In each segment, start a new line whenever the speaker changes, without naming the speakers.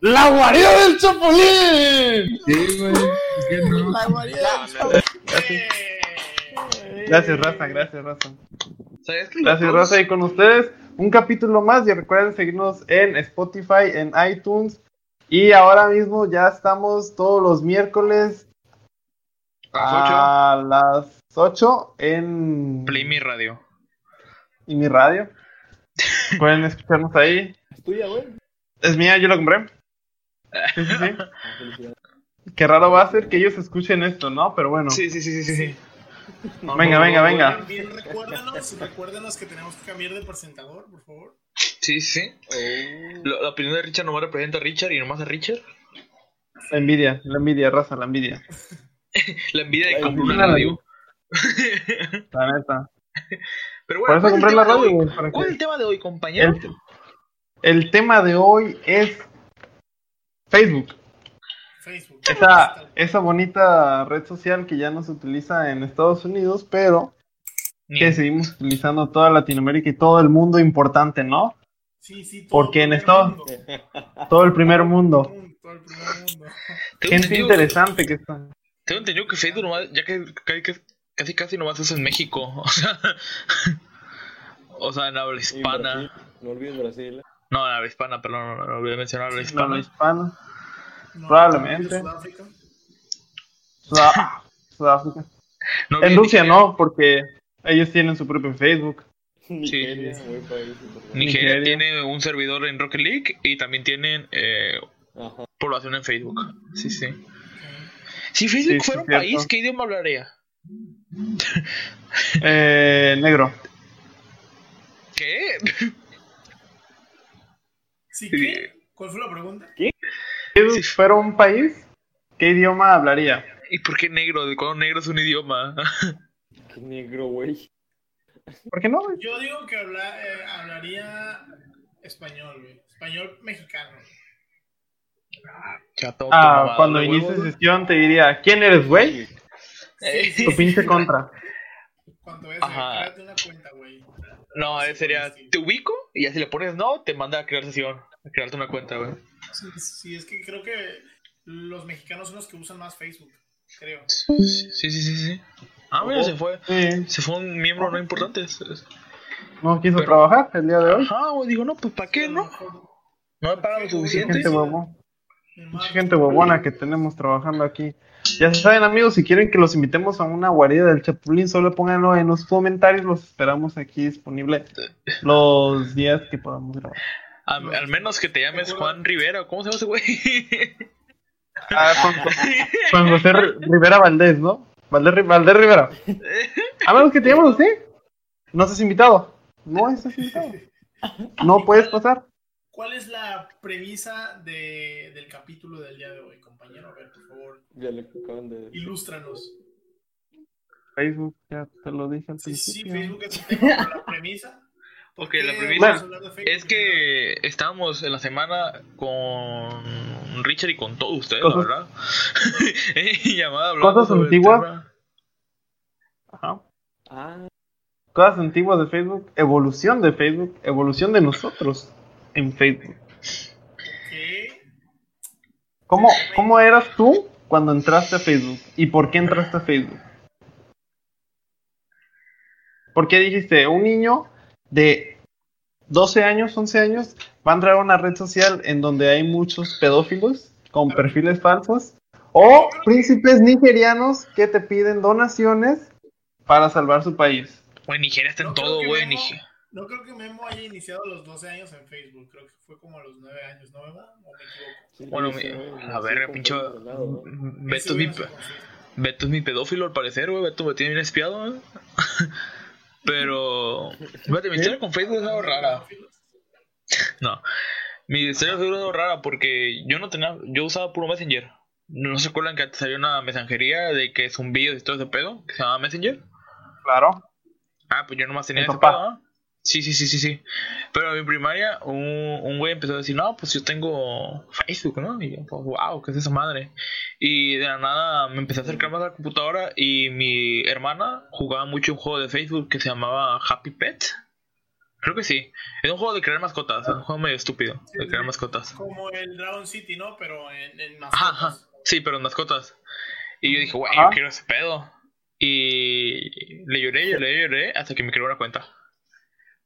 ¡La guarida del Chapulín!
Sí, güey. ¿por qué no?
La guarida del Chapulín.
Gracias, gracias, Raza, gracias, Raza.
¿Sabes que
Gracias,
nosotros-
Raza, y con ustedes un capítulo más. Y recuerden seguirnos en Spotify, en iTunes. Y ahora mismo ya estamos todos los miércoles
A
a las 8 en
las 8, Play Mi Radio.
en mi radio. Pueden escucharnos ahí.
¿Es tuya, güey?
Es mía, yo la compré. Sí, sí, sí.
Ah, felicidades.
Qué raro va a ser que ellos escuchen esto, ¿no? Pero bueno.
Sí, sí, sí, sí, sí.
Venga, venga, venga.
También recuérdanos, recuérdanos que tenemos que cambiar de presentador, por favor.
Sí, sí. La, la opinión de Richard nomás representa a Richard y nomás a Richard.
La envidia, la envidia, raza, la envidia.
La envidia de
La
comprar una
envidia.
radio.
La neta.
Pero
Por
bueno,
eso
¿cuál es
compré
el
la
tema de
radio,
hoy?
güey, para
¿Cuál es
que-
el tema de hoy, compañero?
El, el tema de hoy es Facebook.
Facebook.
Esa, esa bonita red social que ya no se utiliza en Estados Unidos, pero
Ni-
que seguimos utilizando toda Latinoamérica y todo el mundo importante, ¿no?
Sí, sí. todo
Porque en
el
Estados-
mundo,
Todo el primer
todo
mundo.
el mundo, todo el primer mundo.
Tengo
Gente
entendido,
interesante que está.
tengo entendido que Facebook nomás, ya que ca- ca- casi casi nomás es en México. O sea, o sea en habla
Y en
hispana.
Brasil, No olvides Brasil. ¿eh?
No, en habla hispana, perdón, no, no, olvidé mencionar habla
No, no
hispana.
hispano.
No,
Probablemente.
también en Sudáfrica.
Sudá- Sudáfrica.
No olvidé
En Rusia
Nigeria.
no, porque ellos tienen su propio Facebook.
Nigeria, muy país importante.
Nigeria,
Nigeria.
tiene un servidor en Rocket League y también tienen eh,
Ajá.
población en Facebook. Sí, sí.
Sí,
Si Facebook
sí,
fuera un
cierto.
país, ¿qué idioma hablaría?
Eh, negro.
¿Qué?
Sí, ¿qué? ¿Cuál fue la pregunta?
Facebook
Sí.
fuera un país, ¿qué idioma hablaría?
¿Y por qué negro? ¿De cuándo negro es un idioma?
Qué negro, güey.
¿Por qué no? güey?
Yo digo que habla, eh, hablaría español, güey. Español mexicano.
Ya todo
Ah,
tomado,
cuando
de huevo.
inicie sesión te diría, ¿quién eres, güey?
Eh,
Tu pinche contra.
Cuando ves,
Ajá.
créate una cuenta, güey.
No, eh, sería,
Sí.
te ubico y ya si le pones no, te manda a crear sesión, a crearte una cuenta, güey.
Sí, sí, es que creo que los mexicanos son los que usan más Facebook, creo.
Sí, sí, sí, sí. Ah, mira, se fue.
Sí,
Se fue un miembro no importante.
no quiso
Pero-
trabajar el día de hoy.
Ajá, güey, digo, no, pues ¿para qué, no? No me pagan lo suficiente.
Gente huevón,
Mucha
mucha gente huevona que tenemos trabajando aquí. Ya saben, amigos, si quieren que los invitemos a una guarida del Chapulín, solo pónganlo en los comentarios. Los esperamos aquí disponible los días que podamos grabar.
Al, al menos que te llames Juan Rivera, ¿cómo se llama ese güey?
Ah, Juan, Juan José R- Rivera Valdés, ¿no? Valdés, Ri- Valdés Rivera. A menos que te llamen usted. No estás invitado. No estás invitado. No puedes pasar.
¿Cuál es la premisa de, del capítulo del día de hoy, compañero? A ver, por favor,
Ya le acaban de decir.
ilústranos.
Facebook, ya te lo dije al
Sí, sí,
principio.
Facebook es un tema, pero la premisa. ¿Por
Ok,
qué
la
vamos
premisa
a hablar de Facebook
Es que estábamos en la semana con Richard y con todos ustedes,
Cosas-
la verdad. Y llamada hablando
Cosas
sobre el
antiguas.
tema.
Ajá.
Ah,
Cosas antiguas de Facebook, evolución de Facebook, evolución de nosotros en Facebook.
primero? Ok.
¿Cómo, cómo eras tú cuando entraste a Facebook? ¿Y por qué entraste a Facebook? ¿Por qué dijiste, un niño de 12 años, 11 años, va a entrar a una red social en donde hay muchos pedófilos con perfiles falsos? ¿O príncipes nigerianos que te piden donaciones para salvar su país?
Güey, Nigeria está en
No, creo
todo,
que
güey.
Memo-
Nigeria.
No creo que Memo haya iniciado a los 12 años en Facebook. Creo que fue como a los 9 años, ¿no, verdad? ¿O me equivoco?
sí,
Bueno,
sí,
mi-
sí,
a
sí,
la verga,
con
pinche-
todo lado, ¿no?
Beto es, mi,
Ese güey no se conoce.
Beto es mi pedófilo, al parecer, güey. Beto me tiene bien espiado, güey. Pero. Fíjate, mi
¿Eh?
historia con Facebook es algo rara. No. Mi historia con Facebook es algo rara porque yo no tenía. Yo usaba puro Messenger. ¿No se acuerdan que antes había una mensajería de que zumbidos y todo ese pedo? Que se llamaba Messenger.
Claro.
Ah, pues yo nomás tenía
Mi
ese
papá.
pedo, ¿no? Sí, sí, sí, sí, sí. Pero en primaria un, un güey empezó a decir, no, pues yo tengo Facebook, ¿no? Y yo, pues, wow, ¿qué es esa madre? Y de la nada me empecé a acercar más a la computadora y mi hermana jugaba mucho un juego de Facebook que se llamaba Happy Pet. Creo que sí. Es un juego de crear mascotas. Es un juego medio estúpido de
sí.
crear mascotas.
Como el Dragon City, ¿no? Pero en, en
Ajá,
mascotas.
ajá. Sí, pero en mascotas. Y yo dije, güey,
Ajá.
yo quiero ese pedo. Y le lloré, lloré, lloré hasta que me creó una cuenta.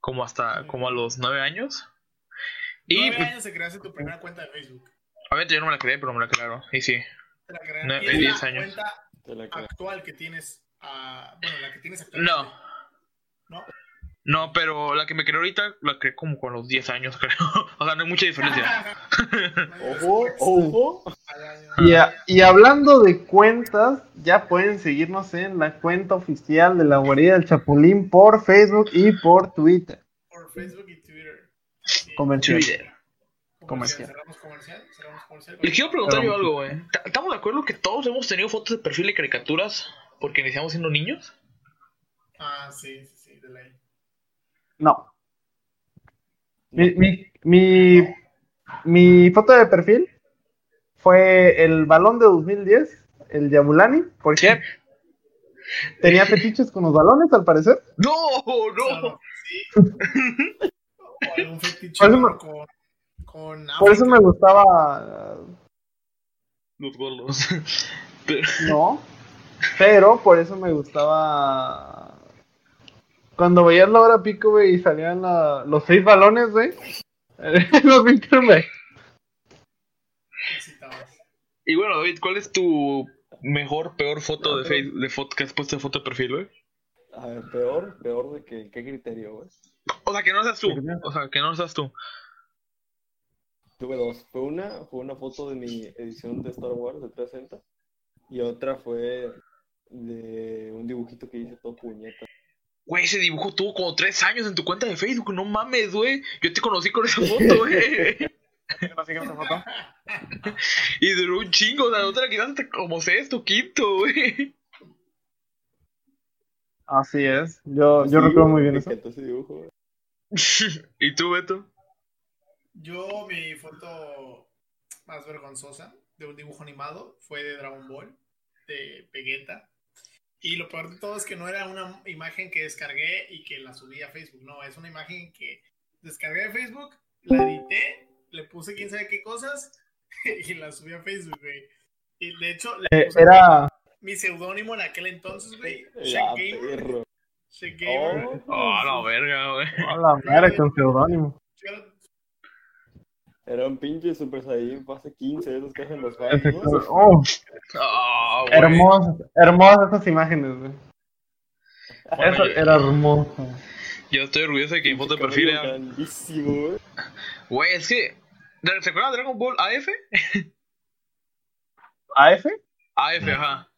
Como hasta, como a los nueve años. Y
Nueve
pues,
años se creaste tu primera cuenta de Facebook.
obviamente yo no me la creé, pero me la crearon. Y sí.
Te la crearon.
No,
Y
de
es
10
la
años.
cuenta
Te
Ah,
la creo.
actual que tienes. ah, bueno, la que tienes actualmente.
No.
¿No?
No, pero la que me creó ahorita la creé como con los 10 años, creo. O sea, no hay mucha
Ah.
diferencia.
Ojo, ojo.
Al año.
Y, a- y hablando de cuentas, ya pueden seguirnos en la cuenta oficial de la guarida del Chapulín por Facebook y por Twitter.
Por Facebook y Twitter. Sí.
Convención.
Comercial.
Comercial.
Cerramos comercial. Cerramos comercial.
Les quiero preguntar yo algo, güey. ¿T- ¿Estamos de acuerdo que todos hemos tenido fotos de perfil de caricaturas porque iniciamos siendo niños?
Ah, sí, sí, sí, de ley.
No. Mi, mi, mi, mi foto de perfil fue el balón de 2010, el Yabulani, porque tenía fetiches con los balones, al parecer.
¡No!
Claro,
¡No!
sí. pues O algún fetiche
Por eso me-
con, con
Por eso me
África.
gustaba
Los gordos. Pero-
No, pero por eso me gustaba. Cuando veías la hora pico, güey, y salían la- los seis balones, güey. los pinches, güey.
Me excitaba.
Y bueno, David, ¿cuál es tu mejor, peor foto de, Facebook, de foto que has puesto de foto de perfil, güey?
A ver, peor, peor de que, ¿qué criterio, güey?
O sea, que no seas tú. O sea, que no seas tú.
Tuve dos. Fue una, fue una foto de mi edición de Star Wars de 360 y otra fue de un dibujito que hice todo puñeta.
Güey, ese dibujo tuvo como tres años en tu cuenta de Facebook. No mames, güey. Yo te conocí con esa foto, güey. Y duró un chingo. O sea, no te la quitaste hasta como sexto, quinto, güey.
Así es. Yo, yo
Sí,
recuerdo
güey,
muy bien
me
eso.
encantó ese dibujo, güey.
¿Y tú, Beto?
Yo, mi foto más vergonzosa de un dibujo animado fue de Dragon Ball, de Vegeta. Y lo peor de todo es que no era una imagen que descargué y que la subí a Facebook. No, es una imagen que descargué de Facebook, la edité, le puse quién sabe qué cosas y la subí a Facebook, güey. Y de hecho, le
Eh,
puse
era.
mi seudónimo en aquel entonces, güey.
Ya,
Shaq Gamer.
Ah, perro.
Shaq Gamer.
Oh,
Oh, la verga, güey.
a la madre con seudónimo.
Yo-
Era un pinche Super Saiyan fase 15, de esos que hacen los fans,
Ese-
¿no?
Oh,
Ah, güey.
hermosas, hermosas esas imágenes, güey.
Bueno,
Eso
yo-
era hermoso.
Yo estoy orgulloso de que mi foto de
Cabello
perfil eh. era...
grandísimo, güey.
Güey, es que... ¿Se acuerdan de Dragon Ball AF?
¿AF?
AF, ajá.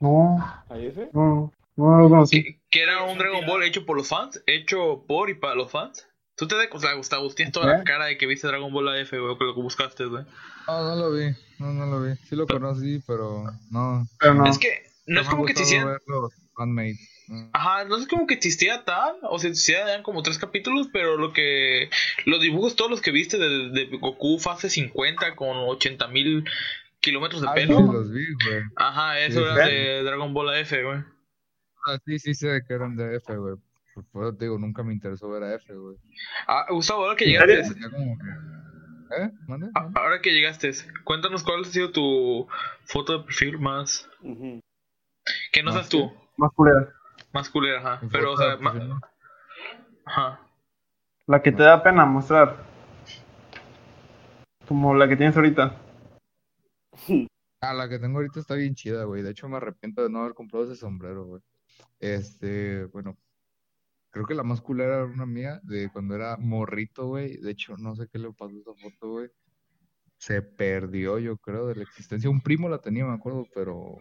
No,
¿Ahí ese?
no, no lo conocí.
Que, que era un Dragon Ball hecho por los fans. Hecho por y para los fans. Tú te das o sea, Gustavo, tienes toda la
¿Eh?
cara de que viste Dragon Ball AF, güey, que lo que buscaste, güey.
No, no lo vi. No, no lo vi. Sí lo conocí, pero no.
Pero no.
Es que no es
Ah. me ha
como que te
gustado
hicieran...
ver los fanmates. Mm.
Ajá, no es como que existía tal, o sea, existía, eran como tres capítulos, pero lo que. Los dibujos, todos los que viste de, de Goku fase 50 con 80 mil kilómetros de
Ah, sí
pelo.
los vi, güey.
Ajá, eso
Sí,
era
sí.
de Dragon Ball F, güey.
Ah, sí, sí sé que eran de F, güey. Por- Por eso te digo, nunca me interesó ver a F, güey.
Ah, Gustavo, ahora que llegaste.
Sentía como que... ¿Eh? ¿Mande?
a- Ahora que llegaste, cuéntanos cuál ha sido tu foto de perfil más.
Ujú.
Que no
Ah,
seas
sí.
tú,
Más culera.
más culera, ajá.
Mi
Pero, o
foto
sea,
de
ma-
perfil, pues, ¿no?
ajá.
La que te da pena mostrar. Como la que tienes ahorita.
Ah, la que tengo ahorita está bien chida, güey. De hecho, me arrepiento de no haber comprado ese sombrero, güey. Este, bueno, creo que la más culera era una mía de cuando era morrito, güey. De hecho, no sé qué le pasó a esa foto, güey. Se perdió, yo creo, de la existencia. Un primo la tenía, me acuerdo, pero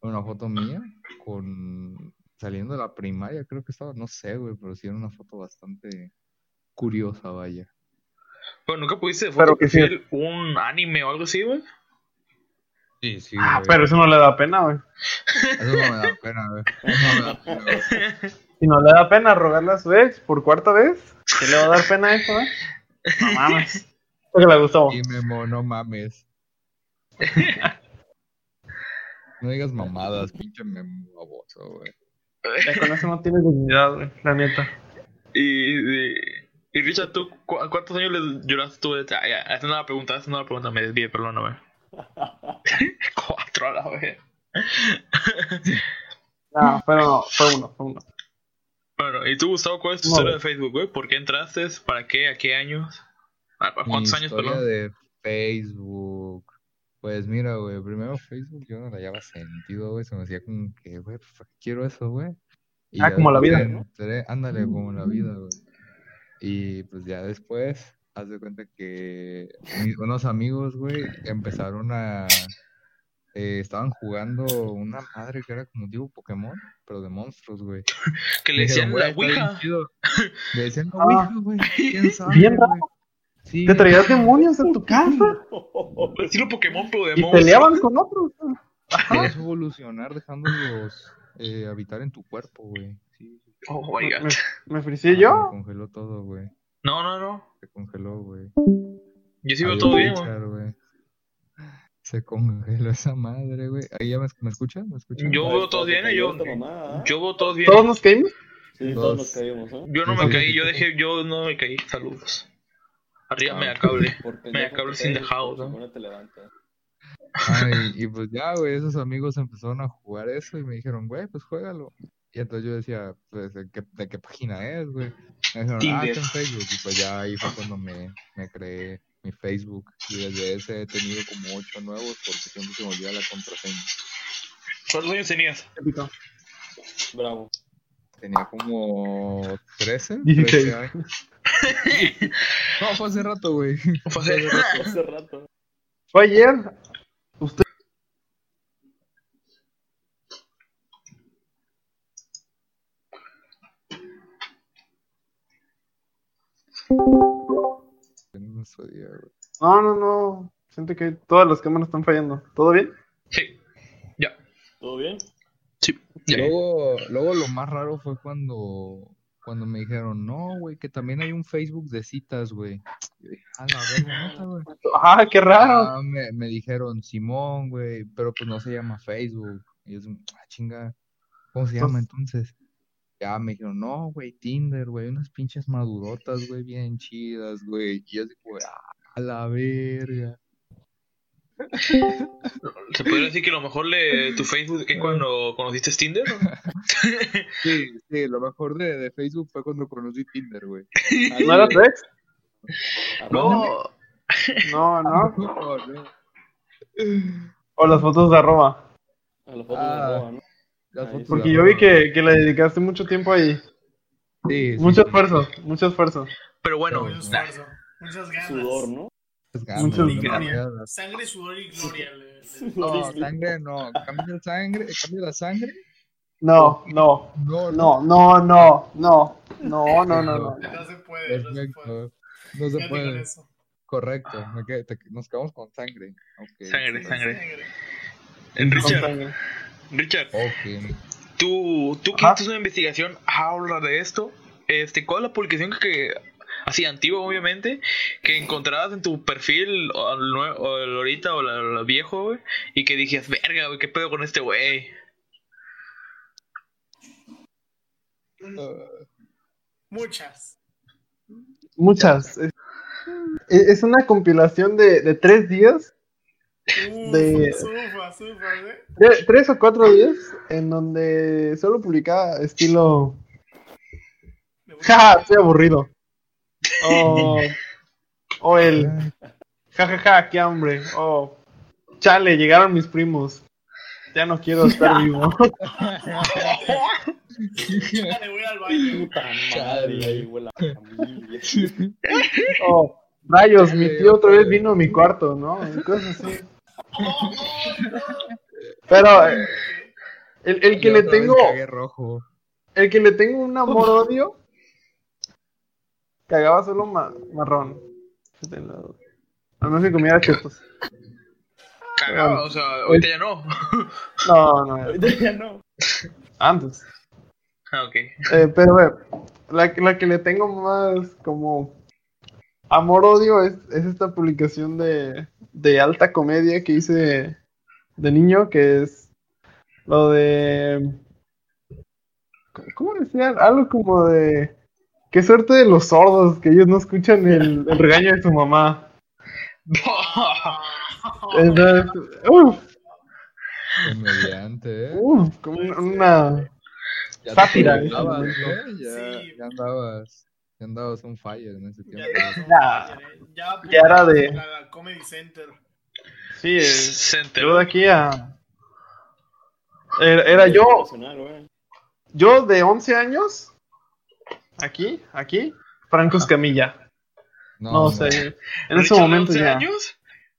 una foto mía con saliendo de la primaria, creo que estaba, no sé, güey, pero sí era una foto bastante curiosa, vaya.
Pero nunca pudiste de foto
Pero
de
que sí.
perfil un anime o algo así, güey.
Sí, sí,
Ah,
güey.
pero eso no le da pena, güey.
Eso no me da pena, güey. Eso no me da pena, güey.
Si no le da pena rogarle a su ex por cuarta vez, ¿qué le va a dar pena eso, eh? No mames. Porque le gustó.
Y Memo, no mames. No digas mamadas, pinche Memo baboso, güey.
Ya Con eso no tiene dignidad, güey. La neta.
Y, y, y Richard, ¿tú cu- cuántos años le lloraste tú? Ah, ya, esa no la pregunta, esa no la pregunta, me desvié, perdóname. Cuatro a la vez.
No, fue uno, fue uno, fue uno.
Bueno, ¿y tú, Gustavo, cuál es tu
No,
historia
güey.
de Facebook, güey? ¿Por qué entraste? ¿Para qué? ¿A qué años? ¿A a
Mi
cuántos años,
historia
perdón?
de Facebook. Pues mira, güey, primero Facebook yo no le hallaba sentido, güey, se me hacía como que, güey, pues, ¿para qué quiero eso, güey? Y
Ah,
ya
como la vida,
después
¿no?
entré- ándale, como la vida, güey. Y pues ya después, haz de cuenta que mi- unos amigos, güey, empezaron a... eh, estaban jugando una madre que era como tipo Pokémon, pero de monstruos, güey.
Que le
Dijeron,
decían la
"Güey, está bien
Ouija.
chido". Le decían la
Ah.
Ouija, güey. ¿Quién sabe,
Bien raro.
güey? Sí,
¿Te traías demonios a tu casa?
Estilo Pokémon, pero de
Y
monstruo.
peleaban con otros.
Puedes evolucionar dejándolos eh, habitar en tu cuerpo, güey. Sí, sí.
Oh my
Me,
god.
me fricié yo.
Me congeló todo, güey.
No, no, no.
Se congeló, güey.
Yo sigo
Adiós,
todo bien, güey.
Richard, güey. Se congeló esa madre, güey. Ahí ya me, ¿me escuchan, me escuchan.
Yo veo todos bien, yo- Yo veo todos bien.
Todos nos caímos.
¿eh? Sí,
Dos.
todos nos caímos, ¿eh?
Yo no me caí, yo dejé, yo no me caí. Saludos. Arriba me acable.
Por
Me acabo sin dejado, ¿no?
Bueno, pues, te levantas.
Ay, y pues ya, güey, esos amigos empezaron a jugar eso y me dijeron, güey, pues juégalo. Y entonces yo decía, pues, ¿de qué, de qué página es, güey? Me dijeron, ah,
Tinder.
está en Facebook. Y pues ya ahí fue cuando me, me creé mi Facebook. Y desde ese he tenido como ocho nuevos porque siempre se me olvida la contraseña.
¿Cuántos años tenías?
Épico.
Bravo.
Tenía como 13,
16.
13 años. No, fue hace rato, güey.
Fue hace-
Hace rato.
Fue ayer. Usted.
No sabía, güey.
No, no, no. Siento que todas las cámaras están fallando. ¿Todo bien?
Sí. Ya.
¿Todo bien?
Sí. Ya.
Luego, luego lo más raro fue cuando, cuando me dijeron, no, güey, que también hay un Facebook de citas, güey. Yo dije, a la verga, neta, güey.
Ah, qué raro.
Ah, me, me dijeron Simón, güey, pero pues no se llama Facebook. Y yo, ah, chinga, ¿cómo se llama entonces? Ya me dijeron, no, güey, Tinder, güey, unas pinches madurotas, güey, bien chidas, güey. Y yo así, güey, ah, a la verga.
¿Se podría decir que lo mejor de tu Facebook es cuando conociste Tinder?
Sí, sí, lo mejor de, de Facebook fue cuando conocí Tinder, güey.
¿No era tu ex?
No.
No,
Ah.
no.
No, no.
O las fotos de arroba.
A la foto
Ah.
de arroba, ¿no?
Las
Ahí
fotos
sí.
Porque
de
yo vi
arroba.
que, que le dedicaste mucho tiempo ahí.
Sí, sí,
Mucho
sí.
esfuerzo, mucho esfuerzo.
Pero bueno,
Pero-
Mucho esfuerzo, muchas ganas.
Sudor, ¿no?
Muchas ganas,
Muchas
no
ganas.
mames.
Sangre, sudor y gloria. le- le-
No, sangre no. Cambia el sangre, cambia la sangre.
No, no,
No,
no, no, no, no, no, no, no, no.
No se puede, no se puede.
Perfecto. No se
Fíjate con
puede.
eso.
Correcto. me quedé- te- nos quedamos con sangre. Ok.
sangre, sangre.
Sangre.
Richard, Richard,
Ok.
tú, tú que
Ajá.
hiciste una investigación habla de esto. Este, ¿cuál es la publicación que, que- así antigua obviamente, que encontrabas en tu perfil o al nue- o el ahorita o la, la viejo, güey, y que dijías, "Verga, güey, qué pedo con este güey."
Uh,
Muchas.
Muchas. Es, es una compilación de, de tres días,
Uf,
De-
Sufa, sufa, ¿eh?
tre- tres o cuatro días, en donde solo publicaba estilo,
Me voy
jaja, estoy aburrido. O, o el, jajaja, qué hambre. O, chale, llegaron mis primos. Ya no quiero estar vivo.
a- me voy al baño.
Puta madre, ahí huele a familia.
O, Oh, rayos, mi tío otra vez vino a mi cuarto, ¿no? Y cosas así.
Oh, no, no.
Pero eh, el, el que
yo
le
otra vez
tengo,
cagué rojo.
el que le tengo un amor odio, cagaba solo ma- marrón.
Este
Al menos que comiera chetos.
Cagado, o sea, ahorita ya no.
No, no, era-
Ahorita ya no.
antes.
Ah, ok.
Eh, pero eh, la, que- la que le tengo más como amor odio es, es esta publicación de, de alta comedia que hice de niño, que es lo de... ¿Cómo- ¿Cómo decía? Algo como de... Qué suerte de los sordos, que ellos no escuchan el, el regaño de su mamá. Entonces, uf,
Comediante, ¿eh?
uf, como una...
Ya te
Sátira,
proyectabas, ¿eh? Ya,
Sí.
ya andabas, ya andabas un fire en ese tiempo.
Ya, ya,
Ya.
¿eh? ya,
Ya era de-
la Comedy Center.
Sí, eh,
Se
Yo
enteró
de aquí a. Era, era yo,
Nacional, güey.
yo de 11 años. Aquí, aquí. Franco Escamilla.
No,
No,
no.
sé. En ese
Richard,
momento
11
ya.
años?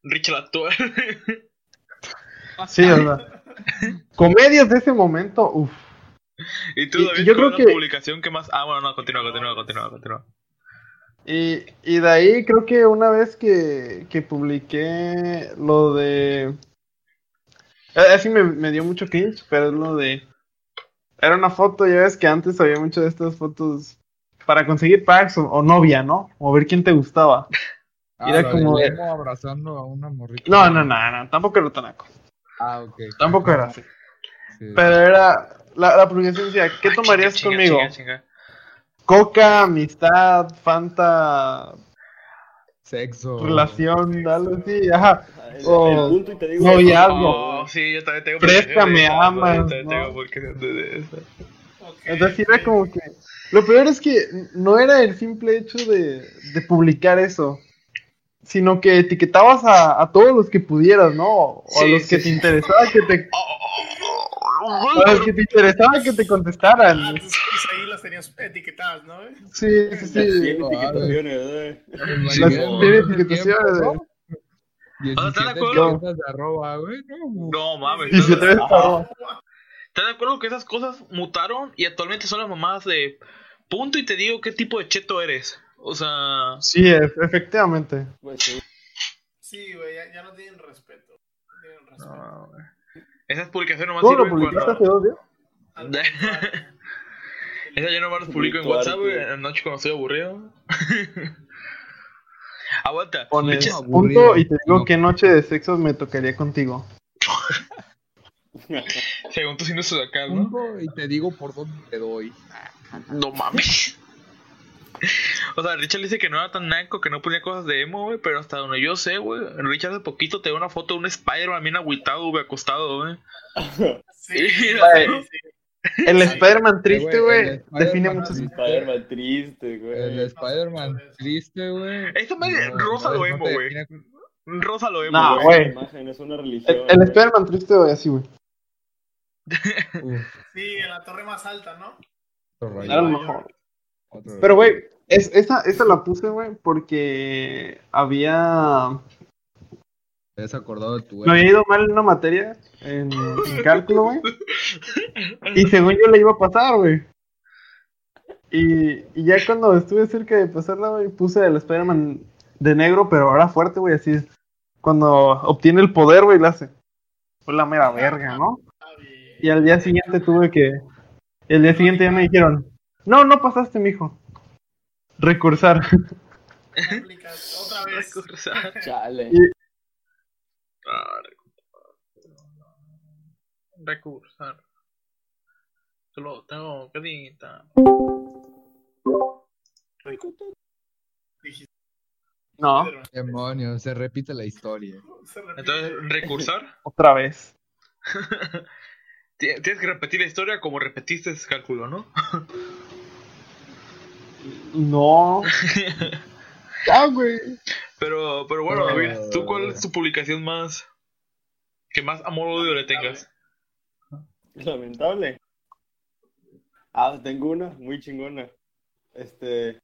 Richard actual.
Sí, o sea. Comedias de ese momento, uff.
y
Y-
tú,
y
David,
yo
con
creo
una
que-
publicación que más. Ah, bueno, no, continúa, continúa, continúa, continúa.
Y, y de ahí creo que una vez que, que publiqué lo de. eh, Así me, me dio mucho cringe, pero es lo de. Era una foto, ya ves que antes había muchas de estas fotos para conseguir packs o, o novia, ¿no? O ver quién te gustaba.
Ah,
Era
la de
como de-
Nemo abrazando a una morrita.
No, no, no, no, tampoco era tan naco.
Ah, ok.
Tampoco era así.
Sí.
Pero era. La, la publicación decía: ¿Qué
Ay,
tomarías
Ah, chinga, chinga,
conmigo?
chinga, chinga.
Coca, amistad, Fanta,
Sexo.
relación, algo así, ajá.
Ah, el-
Oh,
el punto y te digo.
no, ya.
Oh, sí, yo también tengo.
Fresca, me amas,
Yo también
¿no?
tengo publicación de eso.
Ok, Ah,
Entonces
ok.
era como que. Lo peor es que no era el simple hecho de, de publicar eso, sino que etiquetabas a, a todos los que pudieras, ¿no? O a
Sí,
los
sí,
que te
sí.
interesaba que te. o a los que te interesaba que te
Ah,
contestaran.
tus- tus pues, ahí las tenías etiquetadas, ¿no?
Sí, sí, sí.
Cien etiquetaciones, eh. güey.
Sí,
Las
güey.
tiene etiquetaciones,
¿no?
eh.
O sea, ¿están de
17
acuerdo?
etiquetas de arroba, güey. No,
No mames.
Y si
¿Estás
te ves, cabrón.
estás de acuerdo que esas cosas mutaron y actualmente son las mamadas de. Punto y te digo qué tipo de cheto eres. O sea.
Sí, e- efectivamente.
Pues sí.
Sí, güey, ya, ya no tienen respeto. No tienen respeto.
No, güey. Esas publicaciones nomás
¿Cómo lo
sirven
publicaste hace
cuando...
dos días?
Al contrario.
Esas yo nomás las publico en
Virtual,
WhatsApp, güey,
tío.
en la noche cuando estoy aburrido. Aguanta.
Pones
pinches-
aburrido.
punto y te digo
No.
qué noche de sexo me tocaría contigo.
Según tus signos acá, ¿no?
Punto, y te digo por dónde te doy.
No mames. O sea, Richard dice que no era tan naco, que no ponía cosas de emo, güey, pero hasta donde yo sé, güey, Richard hace poquito te dio una foto de un Spider-Man bien agüitado, güey, acostado, güey.
Sí,
Y-
sí,
Güey.
sí.
El
Sí.
Spider-Man
Eh,
triste,
güey, el
güey,
Spider-Man
define
así.
muchas
Spider-Man triste,
El
güey.
Spider-Man triste, güey.
Esa madre rosa lo
no
emo,
te
güey.
define-
Rosa lo emo,
Nah,
güey.
güey.
Es una imagen, es una religión.
El, el
güey.
Spider-Man triste, güey, así, güey.
Uf,
Sí, en la torre más alta, ¿no?
otro rollo,
Era lo
Mayor.
mejor.
otro rollo.
Pero, güey, es- esa, esa la puse, güey, porque había...
Te has acordado de tu
Me había ido mal en una materia, en, en cálculo, güey. Y según yo la iba a pasar, güey. Y, y ya cuando estuve cerca de pasarla, güey, puse el Spider-Man de negro, pero ahora fuerte, güey, así es. Cuando obtiene el poder, güey, la hace. Fue la mera verga, ¿no?
Ah, bien.
Y al día siguiente tuve que. El día siguiente ya me dijeron: No, no pasaste, mijo. Recursar.
Ya aplicas Otra vez.
Recursar.
Chale.
Ah, recursar. Recursar. Solo tengo carita.
Dijiste,
No,
pero
Demonios, se repite la historia.
se repite.
Entonces, recursar.
otra vez.
Ti- Tienes que repetir la historia como repetiste ese cálculo, ¿no?
No. Ya, güey.
Pero, pero
Oh.
bueno,
Ah,
David, ¿tú cuál
bueno.
es tu publicación más que más amor o odio le tengas?
Lamentable. Ah, tengo una muy chingona. Este,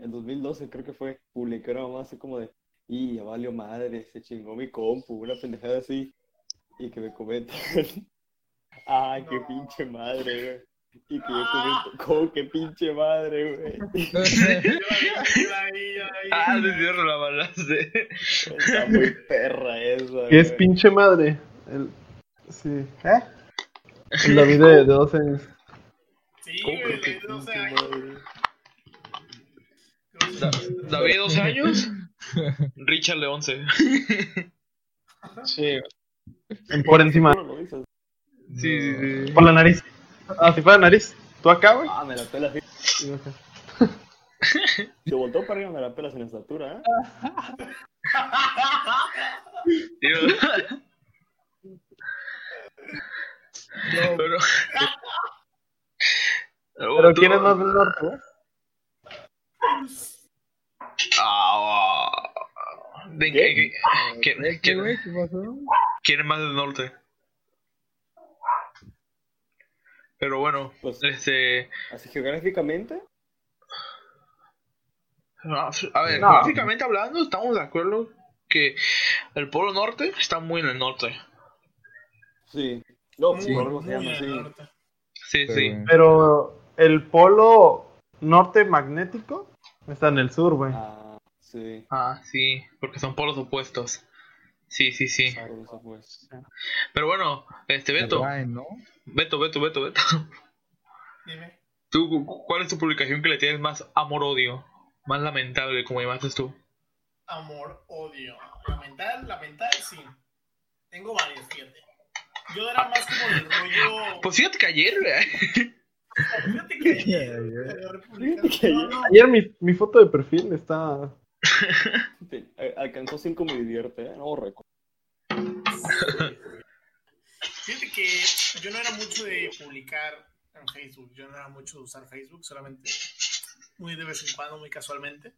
en 2012 creo que fue, publiqué una mamá así como de, y ya valió madre, se chingó mi compu, una pendejada así, y que me comentan, ay, qué
No. Ah.
pinche madre, güey. Y que yo comento, ¿cómo que pinche madre, güey?
Yo la vi, yo la vi, yo la vi.
Ah, de cierto, la balaste.
Está muy perra esa,
Que es
güey.
pinche madre. El... Sí. ¿Eh? El David de, de 12 años.
Sí,
¿Cómo
güey,
que
de 12
Pinche
años.
madre.
Da- David, 12 años. Richard, de 11.
Sí, Por encima.
¿Cómo lo dices?
Sí, sí, sí.
Por la nariz. Ah, si fuera la nariz. Tú acá, güey.
Ah, me la pela así.
Y yo acá.
Se voltó para arriba me la pelas en estatura, ¿eh?
Digo, pero...
Pero ¿quién es más del norte? eh?
Ah, ¿de qué- qué- quién-
Vete,
quién-
güey, ¿Qué pasó?
quién es más del norte? Pero bueno,
Pues,
este...
así geográficamente,
No, A ver,
No.
prácticamente hablando, estamos de acuerdo que el Polo Norte está muy en el norte.
sí. No,
Muy,
por algo se
muy
llama
al
así.
norte.
Sí,
Sí,
sí.
güey.
Pero el polo norte magnético está en el sur, güey.
Ah, sí.
Ah, sí, porque son polos opuestos. Sí, sí, sí.
Por eso, pues.
Pero bueno, este
Me
Beto,
traen, ¿no?
Beto, Beto, Beto, Beto.
Dime.
¿Tú, cu- ¿Cuál es tu publicación que le tienes más amor-odio? Más lamentable, como llamaste tú.
Amor, odio. Lamentar, lamentar, sí. Tengo varias, fíjate. Yo era más como el rollo.
Pues fíjate que ayer, ¿verdad?
Fíjate que ayer, la República-
Fíjate que
No, no,
Ayer mi, mi foto de perfil está...
Te- a- eh, Alcanzó cinco me divierte, ¿eh? No, récord.
Fíjate que yo no era mucho de publicar en Facebook, yo no era mucho de usar Facebook, solamente muy de vez en cuando, muy casualmente.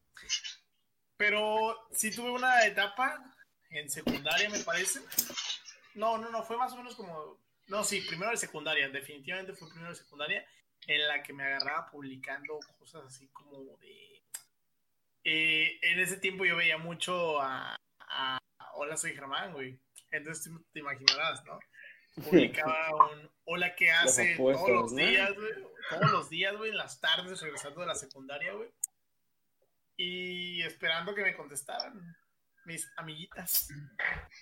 Pero sí tuve una etapa en secundaria, me parece. No, no, no, fue más o menos como... No, sí, primero de secundaria, definitivamente fue primero de secundaria, en la que me agarraba publicando cosas así como de... eh, en ese tiempo yo veía mucho a, a Hola, soy Germán, güey. Entonces te- te imaginarás, ¿no? publicaba un hola que hace
apuestas,
todos los
¿no?
días, güey. Todos los días, güey, en las tardes, regresando de la secundaria, güey. Y esperando que me contestaran mis amiguitas.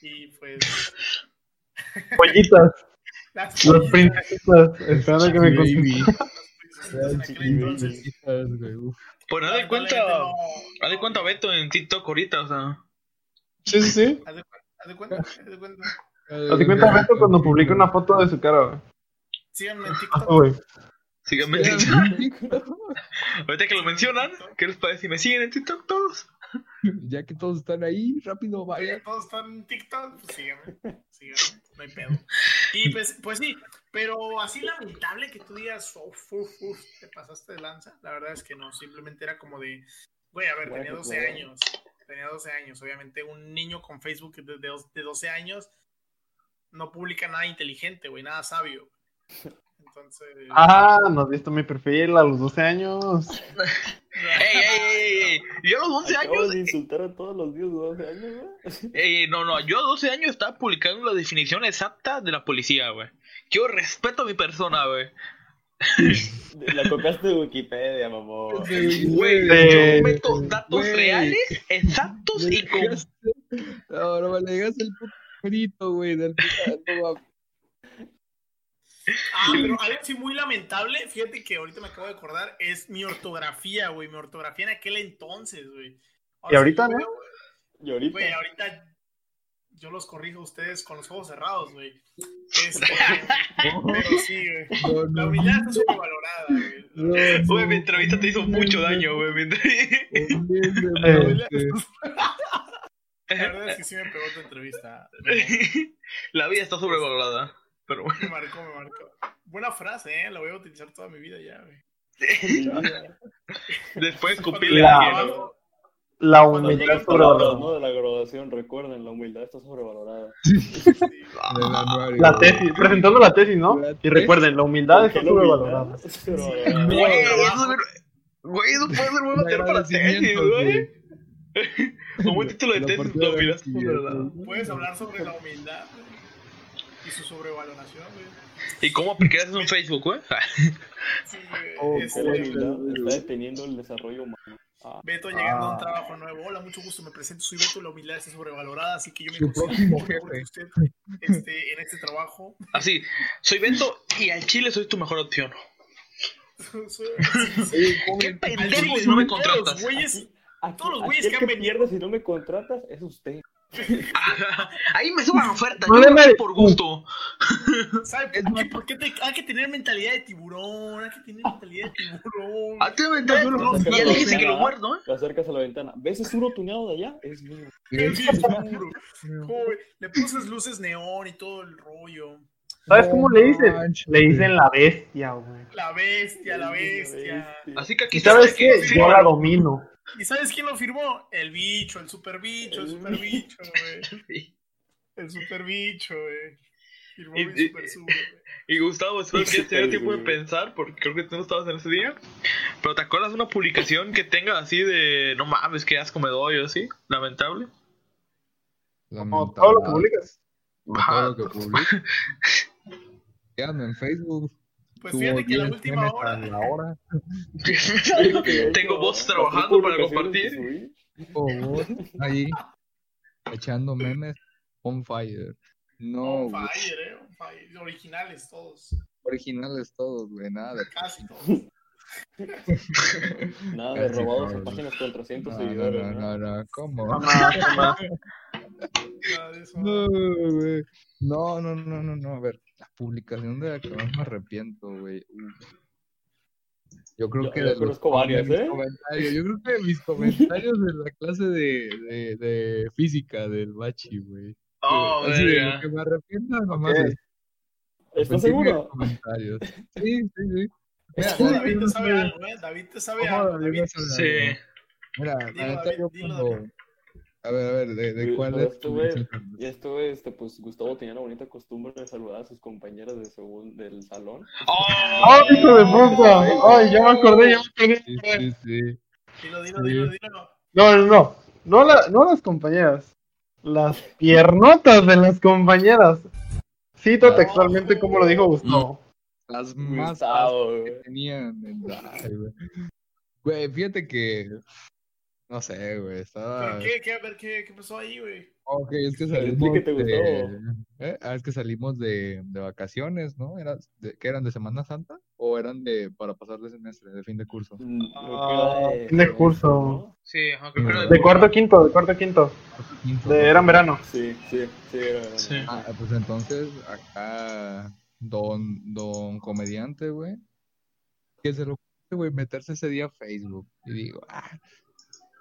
Y pues,
Pollitas,
las
los princesitas, esperando que me
Sí,
contesten.
baby.
pues, en aquel entonces.
Sabes, güey, uf.
Pues haz de cuenta,
lamentablemente no-
haz de cuenta Beto en TikTok ahorita, o sea.
Sí, sí, sí.
Haz de cuenta, haz de cuenta.
Haz de cuenta Beto cuando publica una foto de su cara, güey.
Síganme en TikTok.
Ah, güey.
Síganme en TikTok. Ahorita que lo mencionan, ¿qué les parece? Si me siguen en TikTok todos.
Ya que todos están ahí, rápido,
Ya
vaya.
todos están en TikTok, pues síganme, síganme, no hay pedo. Y pues, pues sí, pero así lamentable que tú digas, "Uf, uf, uf, te pasaste de lanza, la verdad es que no, simplemente era como de, güey, a ver,
Bueno,
tenía 12
claro.
años, tenía 12 años, obviamente un niño con Facebook de, de, de 12 años no publica nada inteligente, güey, nada sabio. Entonces,
Ah, nos diste mi perfil a los 12 años.
¡Ey, ey, ey, ey! Yo a los 11
Acabas
años.
de insultar a todos los dioses de 12 años, ¿no?
ey, no, no, yo a 12 años estaba publicando la definición exacta de la policía, güey. Yo respeto a mi persona, güey.
La copiaste de Wikipedia, mamón.
Güey,
Eh,
yo meto datos
güey.
reales, exactos y con.
Ahora me le digas el puto grito, güey. Del puto,
Ah, pero algo así muy lamentable, fíjate que ahorita me acabo de acordar, es mi ortografía, güey, mi ortografía en aquel entonces, güey. O
Y
sea,
ahorita,
yo
¿no?
veo,
Y ahorita.
Güey, ahorita yo los corrijo a ustedes con los ojos cerrados, güey. Este, pero sí, güey.
no,
La
no, no,
humildad está sobrevalorada, güey.
no,
Güey, mi entrevista te hizo mucho daño, güey. mi entrev-
Obviamente.
La verdad es que sí me pegó tu entrevista. Me,
La vida está sobrevalorada. Pero bueno.
me marcó, me marcó. Buena frase, ¿eh? La voy a utilizar toda mi vida ya, güey.
Después
Cuando
escupirle
La-
a
llegue
alguien,
abajo,
La
Cuando
humildad
lleguen
sobre
palabras,
la,
¿no? De la graduación, recuerden, la humildad está sobrevalorada.
sí.
Del anuario,
la
güey.
tesis, presentando la tesis, ¿no? Y recuerden, la humildad
¿Por
Ah, está
qué la humildad
sobrevalorada.
está sobrevalorada?
Güey,
Bueno,
eso, güey, eso puede ser buen material para tesis,
Agradecimientos,
güey. Como un título de
La
tesis,
partida
la humildad está
de
sobrevalorada.
Puedes hablar sobre la humildad, güey. Y su sobrevaloración, güey.
¿Y cómo aplicar eso en Facebook, güey? Ah,
Sí, güey.
Oh,
¿Por
Este,
qué la humildad está deteniendo el desarrollo humano?
Beto
Ah.
llegando a un trabajo nuevo. Hola, mucho gusto, me presento. Soy Beto, la humildad está sobrevalorada, así que yo me
Su
considero
próximo
mejor
jefe.
que usted este, en este trabajo.
Así, soy Beto y al chile soy tu mejor opción.
Soy-
¿Qué
Al
pendejo
chile,
si no me
todos los
contratas?
güeyes-
Aquí,
Todos los güeyes
aquí el
que han
que
venido.
pierde si no me contratas es usted.
Ah, Ahí me suban ofertas,
No le
yo lo hago
merezco.
por gusto.
¿Sabes por qué? Porque te- hay que tener mentalidad de tiburón, hay que tener mentalidad de tiburón.
Ah, te voy a yo lo
Lo
Y ya le dije
acercas
que
a la
lo muerdo, ¿eh?
ventana, Lo acercas a la ventana. ¿Ves ese uno tuneado de allá? Es mío.
El tiburón. Joder, le puses luces neón y todo el rollo.
¿Sabes
No
cómo le dicen?
manches.
Le dicen la bestia, güey.
La bestia, la bestia.
Así que aquí
¿Y sabes
está
qué?
que-
Yo la domino.
¿Y sabes quién lo firmó? El bicho, el super bicho, el super bicho, güey. El super bicho, güey. Firmó
Y-
mi
y-
super sub, güey.
Y Gustavo, espero que hayas tenido tiempo de pensar, porque creo que tú no estabas en ese día. Pero ¿te acuerdas de una publicación que tenga así de no mames, qué asco me doy o así? Lamentable.
Como todo lo que
Lamentable.
publicas.
Todo lo que publico. Síganme en Facebook.
Pues
Subo
fíjate que la
10
última
memes
hora.
a la hora.
Tengo voz
voz
trabajando para compartir.
Por favor, ahí. Echando memes. On fire. No,
On
güey.
fire, eh. on fire. Originales todos.
Originales todos, güey. Nada de
Casi todos.
Nada de
Casi
robados a
todos.
páginas con 300
No, no,
seguidores.
no,
¿no?
no, no, ¿cómo?
Nada de eso.
No, güey. No, no, no, no, no. A ver, la publicación de la que más me arrepiento, güey. Uf. Yo creo
Yo-
que
yo
de los
conozco varias,
de mis
¿eh?
comentarios, yo creo que de mis comentarios de la clase de, de, de física del bachi, güey.
Oh,
Así de
verga.
lo que me arrepiento nomás
Ok.
es
¿Estás
arrepentirme de
seguro?
comentarios. Sí, sí, sí.
Es
Mira,
que
la
David
neta,
te sabe
yo-
algo, eh. David te sabe
Ojo,
algo.
David,
David.
no sabe algo.
Sí.
Mira, la
Dilo,
neta,
David,
yo
dilo,
cuando-
David.
A ver, a ver, ¿de, de
Yo-
cuál
yo
es?
estuve- Y esto, este, pues Gustavo tenía la bonita costumbre de saludar a sus compañeras de segun- del salón.
Oh,
¡Ay, hijo de puta! ¡Ay, ya me acordé, ya me
Sí,
acordé!
sí, sí.
Dilo, dilo, dilo, dilo.
No, no, no. No, la- no las compañeras. Las piernotas de las compañeras. Cito textualmente como lo dijo Gustavo.
Las más
Gustavo,
que
güey.
tenían. en- Ay, güey. Güey, fíjate que. No sé, güey.
¿Pero
Estaba.
qué, qué, a ver, qué, qué pasó ahí, güey?
Ok, es que
Pero
salimos.
di que te
de... ¿Eh? Ah, es que salimos de, de vacaciones, ¿no? Era, de, ¿Qué eran de Semana Santa? ¿O eran de para pasar de semestre, de fin de curso? Ah,
Lo que era
fin de curso.
¿no?
Sí, ajá, creo que era
De cuarto a quinto, de cuarto a quinto.
Quinto,
De,
¿no?
eran verano.
Sí, sí, sí. era-
Sí.
Ah, pues entonces, acá, don, don comediante, güey, que se lo ocurre, güey, meterse ese día a Facebook. Y digo, ah,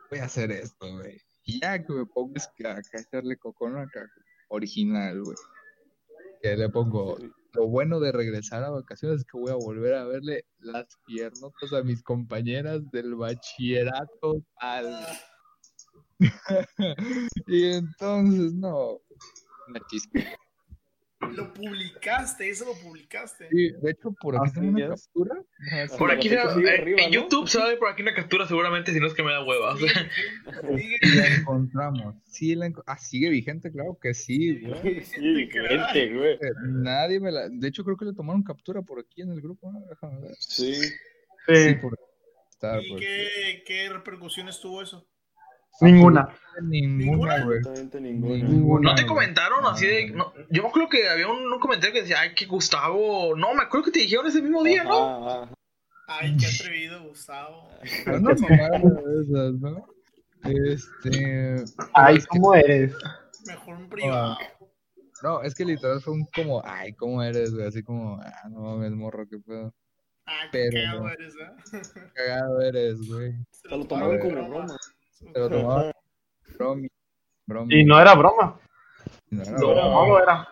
voy a hacer esto, güey. Y ya que me pongo es que acá echarle cocón acá, original, güey. Que le pongo, lo bueno de regresar a vacaciones es que voy a volver a verle las piernas a mis compañeras del bachillerato tal. y entonces, no, una chispa.
Lo publicaste, eso lo publicaste.
Sí, de hecho, por aquí
Así
tengo una
es.
captura.
Por aquí, se-
Pero sigue
en-
arriba,
en
¿no?
YouTube se va a ver por aquí una captura seguramente, si no es que me da hueva.
Sigue, sigue,
Y la
sigue.
encontramos. Sí, la enco- ah, sigue vigente, claro que sí, güey.
Este
Sí, gente, güey.
Nadie me la. De hecho, creo que le tomaron captura por aquí en el grupo. ¿no? Déjame ver.
Sí.
Sí,
Sí,
por está, pues.
¿Y
por-
qué, qué repercusiones tuvo eso?
ninguna.
Ninguna, güey.
Absolutamente ninguna.
Ninguna.
¿No te comentaron así de.? no, yo me acuerdo que había un, un comentario que decía, ay, que Gustavo. No, me acuerdo que te dijeron ese mismo día, ¿no?
Ajá, ajá.
Ay, qué atrevido, Gustavo.
Pero no tomaron de esas, ¿no? Este.
Ay, ¿cómo eres?
Mejor un privado.
Ah, No, es que literal fue un como, ay, ¿cómo eres, güey? Así como, ah, no mames, morro, qué pedo.
Ah, qué
Pero-
cagado eres, ¿eh?
Cagado eres, güey.
Se
Se lo
A
tomaron
ver.
como broma.
Te lo tomaron. Bromi. Bromi.
Y no era broma.
No era
No era
No lo era.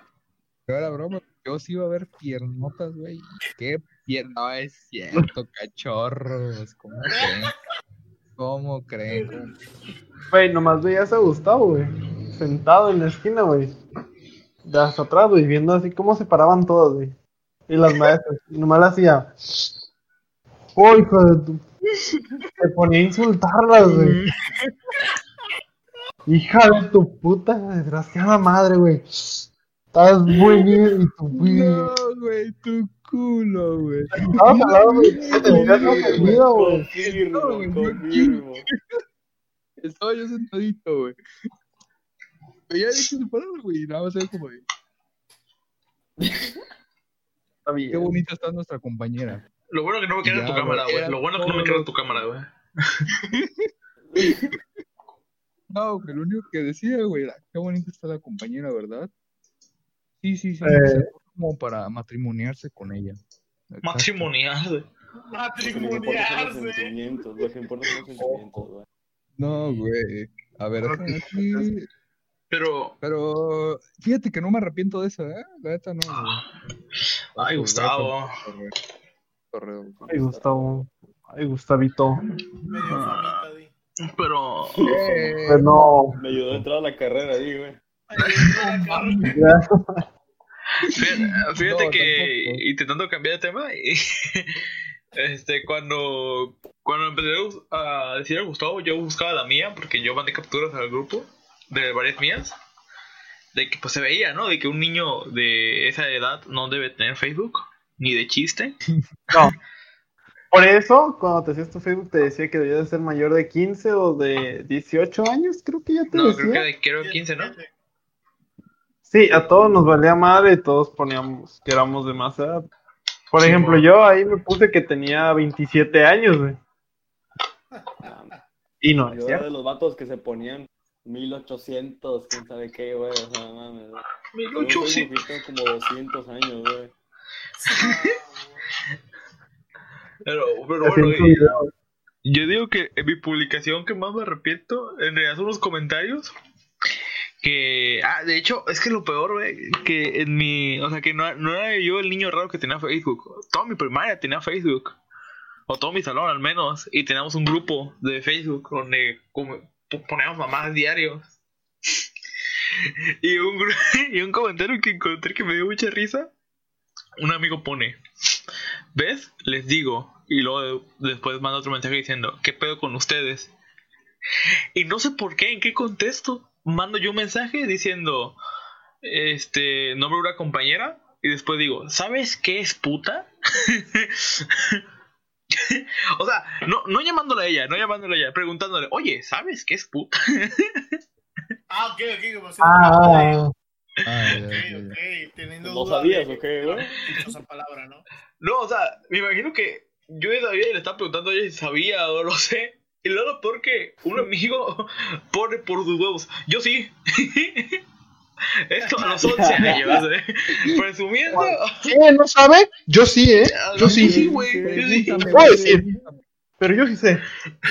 No era broma, yo sí iba a ver piernotas, güey. ¿Qué pierna? No es cierto, cachorros. ¿Cómo creen? ¿Cómo creen?
Güey, nomás veías a Gustavo, güey. Sentado en la esquina, güey. De hasta atrás, güey, viendo así cómo se paraban todos, güey. Y las maestras. Y nomás le hacía. ¡Oh, hijo de tu! Se ponía a insultarlas, güey. Hija de tu puta desgraciada madre, güey. Estás muy bien y tu
No, güey, tu culo, güey.
Estabas al lado, güey. Te tenías ofendido, güey.
Confirmo, confirmo.
Estaba yo sentadito, güey. Veía de que se pararon, güey. y Nada más era como, de,
Está
qué
bien.
bonita está nuestra compañera.
Lo bueno que no me queda en tu
Ya,
cámara,
güey,
güey.
era
Lo bueno que no me
todo
queda
lo-
en tu cámara, güey.
No, güey, lo único que decía, güey, era qué bonita está la compañera, ¿verdad? Sí, sí, sí.
Eh.
se- Como para matrimoniarse con ella. Acá.
Matrimonial.
Matrimoniarse. Los
Matrimoniarse.
sentimientos, lo que importa
Oh.
son los sentimientos, güey.
No, güey. A ver, déjame aquí,
Pero.
Pero fíjate que no me arrepiento de eso, ¿eh? La neta no.
Mm.
güey.
Ay, Gustavo.
Correo. Correo, güey.
Ay, Gustavo. Ay, Gustavito.
Me dio
Ah.
famita, di.
Pero. Eh,
Pues no.
Me ayudó a entrar a la carrera, ahí, güey.
Ay,
Gracias.
Fíjate, ah, fíjate
No,
que
tampoco.
intentando cambiar de tema, y, este, cuando, cuando empecé a us- a decir a Gustavo, yo buscaba la mía, porque yo mandé capturas al grupo de varias mías, de que pues se veía, ¿no? De que un niño de esa edad no debe tener Facebook, ni de chiste.
Por eso, cuando te hacías tu Facebook, te decía que debías de ser mayor de 15 o de 18 años, creo que ya te
No,
decía.
creo que de quiero 15, ¿no?
Sí, a todos nos valía madre y todos poníamos que éramos de más edad. Por ejemplo, yo ahí me puse que tenía 27 años, güey. Y no, Ah, es
Yo era
cierto.
de los vatos que se ponían 1800, quién sabe qué, güey. O sea, no mames. güey. Yo tengo
1800.
como 200 años, güey.
Pero, pero
Así
bueno,
en tu
y-
video.
Yo digo que en mi publicación que más me arrepiento, en realidad son los comentarios. Que, ah, de hecho, es que lo peor, güey, que en mi, o sea, que no, no era yo el niño raro que tenía Facebook. Toda mi primaria tenía Facebook. O todo mi salón, al menos. Y teníamos un grupo de Facebook donde como- poníamos mamás diarios. Y un, gru- y un comentario que encontré que me dio mucha risa. Un amigo pone, ¿Ves? Les digo. Y luego de- después manda otro mensaje diciendo, ¿qué pedo con ustedes? Y no sé por qué, en qué contexto, mando yo un mensaje diciendo, este, nombre de una compañera. Y después digo, ¿sabes qué es puta? o sea, no, no llamándole a ella, no llamándole a ella, preguntándole, oye, ¿sabes qué es puta?
Ah, ok, ok, como si-
Ah,
Ah, ya,
Ok,
ya, ya.
ok, teniendo
¿No
duda
sabías
de-
o qué, güey?
Esa palabra, ¿no?
No, o sea, me imagino que yo ya sabía y le estaba preguntando a ella si sabía o no lo sé. Y luego lo peor que un amigo pone por sus huevos. Yo sí. Esto a los 11 años, ¿eh? Presumiendo. Ah,
¿Quién no sabe? Yo sí, ¿eh? Yo
Yo
sí.
sí, güey. Yo sí.
Pregúntame,
Puedo
güey,
decir.
pregúntame.
Pero yo sí sé.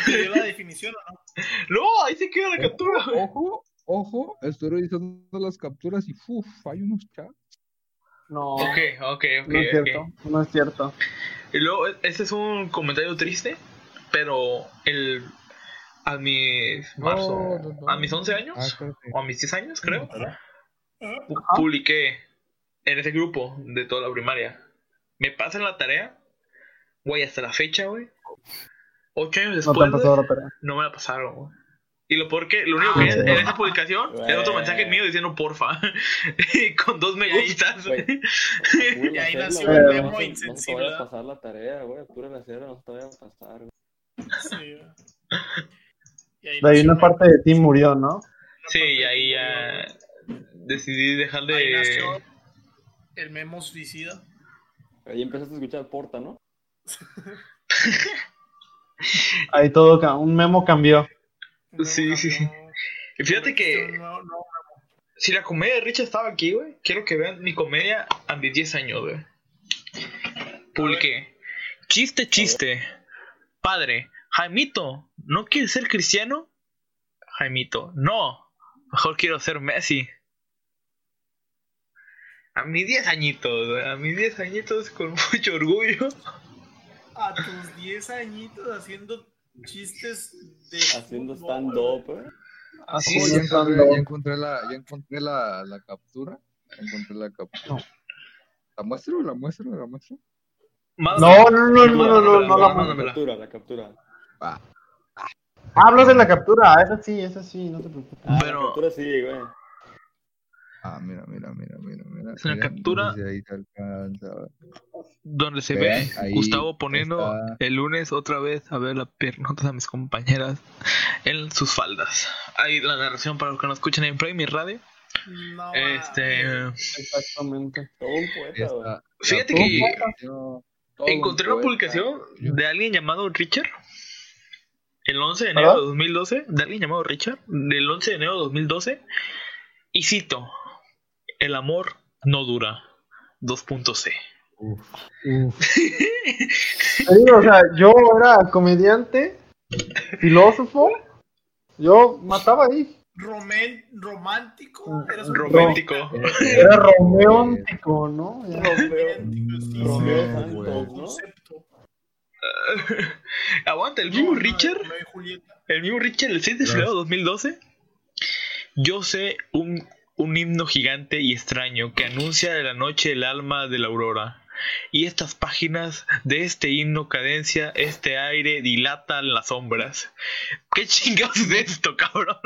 ¿Te dio la definición o no?
No, ahí se queda la captura. güey.
Ojo, ojo, estoy revisando las capturas y uff, hay unos chats.
No,
Ok, ok, ok.
no es cierto.
ok.
No es cierto.
Y luego, este es un comentario triste, pero el. A mis. Marzo.
No, no, no.
A mis 11 años.
Ah, espérate.
O a mis 10 años, creo.
Mm.
Ajá.
pu- publiqué en ese grupo de toda la primaria. Me pasan la tarea, güey, hasta la fecha, güey. Ocho años
No te
después,
han pasado la
güey,
tarea.
no me la pasaron, güey. Y lo peor que, lo único que
Ah,
es en
no.
esa publicación es otro
Güey.
mensaje mío diciendo porfa. y con dos medallitas.
Güey.
Y ahí
Pura
nació
la
el
cera, güey.
memo
No te
insensible,
voy a
¿verdad?
pasar la tarea, güey. Pura la cera, no te voy a pasar, güey.
Sí, güey. Y
De ahí
ahí nació
una
el-
parte de ti murió, ¿no?
una
Sí,
parte
y
de
ahí
tu
ya
amigo.
decidí dejar
Ahí
de...
nació el memo suicida.
Ahí empezaste a escuchar Porta, ¿no?
Ahí todo, ca- un memo cambió.
El memo
Sí, sí, sí.
cambió,
Y fíjate
convertiste
que
un nuevo- nuevo-
si la comedia de Richard estaba aquí, güey, quiero que vean mi comedia a mis 10 años, güey. Publiqué. Chiste, chiste. Padre, Jaimito, ¿no quieres ser cristiano? Jaimito, no. Mejor quiero ser Messi. A mis 10 añitos, güey, a mis 10 añitos con mucho orgullo.
A tus 10 añitos haciendo chistes de.
Haciendo
fútbol,
stand-up, güey.
Así
Oh, ya, encontré,
estando.
ya encontré la, ya encontré la, la captura. Ya encontré la captura. ¿La muestro? ¿La muestro? ¿La muestro?
Más-
No, no, no, no, no, no, no,
Mándamela,
no,
La
mándamela.
captura, la captura.
Hablas de la captura, ah, esa sí, esa sí, no te preocupes.
Ah,
Pero-
la captura sí, güey.
Ah, mira, mira, mira, mira, mira.
Es una
Mira,
captura.
desde ahí se alcanza.
Donde se
Vean,
ve
ahí
Gustavo poniendo
está.
el lunes otra vez a ver las piernotas a mis compañeras en sus faldas. Ahí la narración para los que no escuchan en Prime y Radio.
güey. No,
Este,
mames.
Exactamente.
Todo un poeta, güey.
Esta-
Fíjate
la
que
publicación, todo un
encontré una
poeta.
publicación de alguien llamado Richard el 11 de enero de 2012, de alguien llamado Richard, del 11 de enero de 2012, y cito, el amor no dura, 2.c.
Te digo, o sea, yo era comediante, filósofo, yo mataba ahí.
Romén- romántico. Eres un
Romántico.
Este,
Era
eh,
romeóntico, ¿no? Ya.
romántico, sí, sí.
Romeo
No,
Santos, ¿no?
Concepto.
Aguanta, el mismo
No, no,
Richard,
Romeo y Julieta.
el mismo Richard, el 6 de febrero de 2012, yo sé un, un himno gigante y extraño que anuncia de la noche el alma de la aurora. Y estas páginas de este himno cadencia, este aire dilatan las sombras. ¿Qué chingados es esto, cabrón?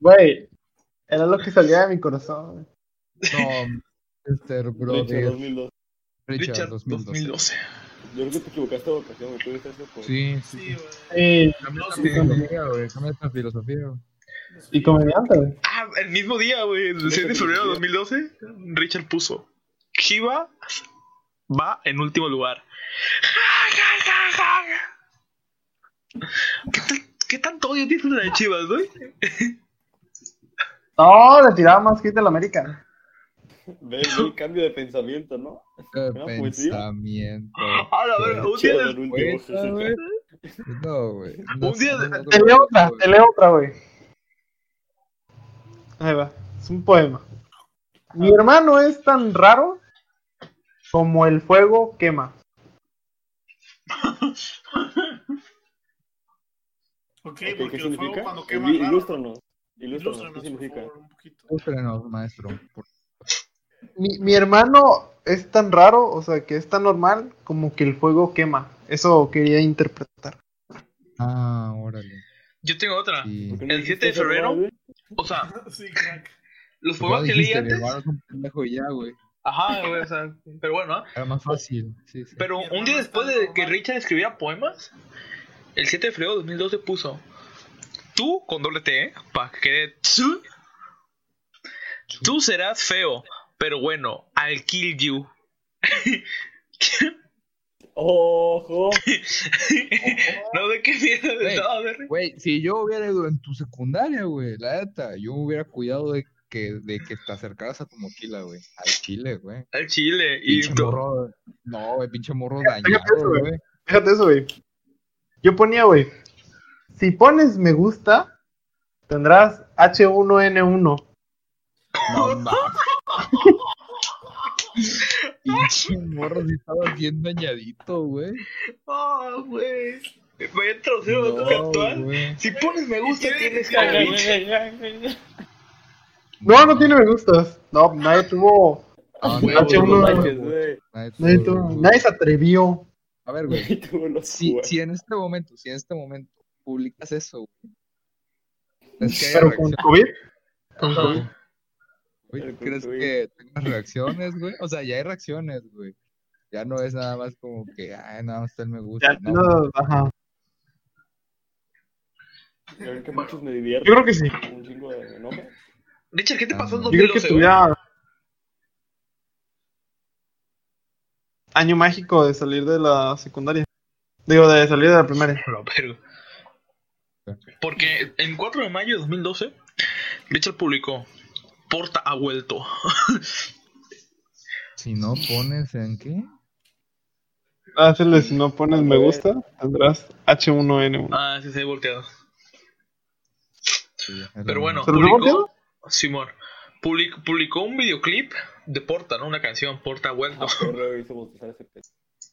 Güey, era lo que salía de mi corazón.
No, Mr.
Richard,
Brody.
2002.
Richard 2012.
Yo creo que te equivocaste de vocación, güey. Tú viste eso pues. por...
Sí, sí.
Sí,
sí.
Sí,
güey.
Cambia esta
Sí.
filosofía, güey. Cambia esta filosofía, güey.
y comediante, güey.
Ah, el mismo día, güey, el 6 de febrero de 2012, Richard puso: Kiva va en último lugar. ¿Qué, tan- qué tanto odio tienes contra las chivas, güey?
No, le tiraba más hit del América.
Ve, ve el cambio de pensamiento, ¿no?
Qué
No, pues sí.
pensamiento.
A la verga, un día, des-
Chingón, un dibujo,
Esa, güey.
sí,
No, güey. No
Un día
sé,
de-
no,
Te leo otra, te leo otra, güey. Ahí va, es un poema. Mi hermano es tan raro como el fuego quema.
Ok,
sí. Ok,
porque
¿Qué
el fuego
significa?
cuando quema
Ilú-
raro-
Ilústranos. Ilústranos,
ilústranos,
¿qué
por
significa?
favor, un poquito.
Ilústrenos, maestro. por-
Mi, mi hermano es tan raro, o sea, que es tan normal como que el fuego quema. Eso quería interpretar.
Ah, órale.
yo tengo otra.
Sí.
¿Por
Pues
qué no
El
dijiste
7 de
esa mamada,
febrero.
güey?
O sea,
Sí, crack.
los
Pues
juegos
no
que leí
dijiste,
antes.
Guevara es un pendejo y ya, güey.
Ajá, güey, o sea, pero bueno, ¿ah?
Era más fácil. Sí, sí.
Pero
Mi
un
hermano
día
es
después
tan
de
normal.
que Richard escribiera poemas, el 7 de febrero de 2012 puso Tú, con doble T, para que quede tsu, Tú serás feo, pero bueno, I'll kill you.
¡Ojo!
no sé qué mierda
Güey.
estaba, a ver.
Güey, si yo hubiera ido en tu secundaria, güey, la neta, yo me hubiera cuidado de que, de que te acercaras a tu mochila, güey. Al chile, güey.
Al chile. Y
Pinche
tú-
morro. No, güey, pinche morro
eso,
dañado,
güey.
güey.
Fíjate eso, güey. Yo ponía, güey. Si pones me gusta, tendrás H1N1.
No mames. Pinche morro sí estaba bien dañadito, güey.
Ah, güey. Me he traducido a tu
No,
actual.
güey.
Si pones me gusta,
¿Qué
tienes
dices,
COVID.
No, no tiene me gustas. No, nadie tuvo.
Ah,
Güey,
H uno,
no
güey.
manches, güey.
Nadie
Nadie,
tuvo-
tuvo- nadie se atrevió.
A ver, güey.
Güey, tuvo los
Si,
huevos.
si en este momento, si en este momento publicas eso, güey, ¿crees que haya
Pero con
reacciones?
COVID.
Ajá.
Güey,
Pero con
¿Crees
COVID.
que tengas reacciones, güey? O sea, ya hay reacciones, güey. Ya no es nada más como que, ay, nada más el me gusta.
ya
no,
no, ajá.
Yo creo que muchos me divierten.
Yo creo que sí.
Un chingo de enojo.
Richard, ¿qué te pasó en
Yo
Yo
creo que
2012? güey?
tuviera. Año mágico de salir de la secundaria. Digo, de salir de la primaria.
A la verga. Porque el 4 de mayo de 2012, Richard publicó Porta ha vuelto.
Si no pones en qué.
Ah, Hazle si no pones me gusta, tendrás H1N1.
Ah, sí, se ve volteado.
Sí, es
Pero
lo
bueno,
¿Se lo
publicó,
volteado?
Simón, public- publicó un videoclip de Porta, ¿no? Una canción, Porta ha vuelto.
Ah, perro, hizo bostezar ese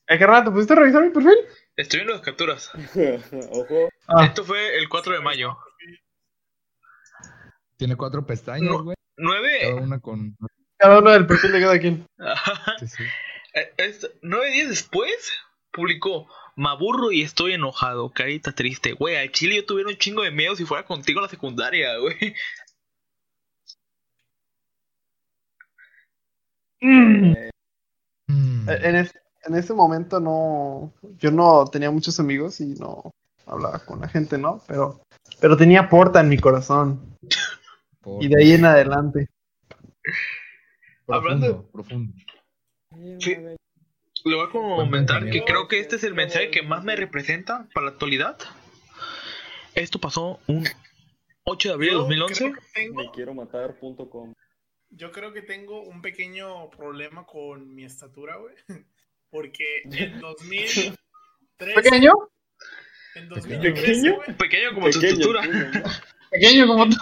Eh, carnal, ¿te pusiste a revisar mi perfil?
Estoy viendo las capturas.
pe- Ojo.
Ah.
Esto fue el 4 de mayo.
mismo. Tiene cuatro pestañas,
No.
güey. Cada
9,
una con.
Cada uno del perfil de cada quien.
Sí, sí.
eh, días después, publicó Me aburro y estoy enojado, carita triste. Güey, al chile yo tuviera un chingo de miedo si fuera contigo en la secundaria, güey.
Eh,
Mm.
Eh, En, es- en ese momento no. Yo no tenía muchos amigos y no hablaba con la gente, ¿no? Pero, pero tenía porta en mi corazón.
Por-
Y de ahí en adelante.
profundo,
hablando-
profundo.
Sí. Le voy a
Buen
comentar que
pensamiento.
creo que este es el mensaje que más me representa para la actualidad. Esto pasó un 8 de abril de
Yo
2011.
creo que tengo-
Me quiero matar.com.
Yo creo que tengo un pequeño problema con mi estatura, güey. Porque en 2003.
¿Pequeño?
En 2013,
¿Pequeño?
güey.
Pequeño como tu estructura.
¿Pequeño como tú?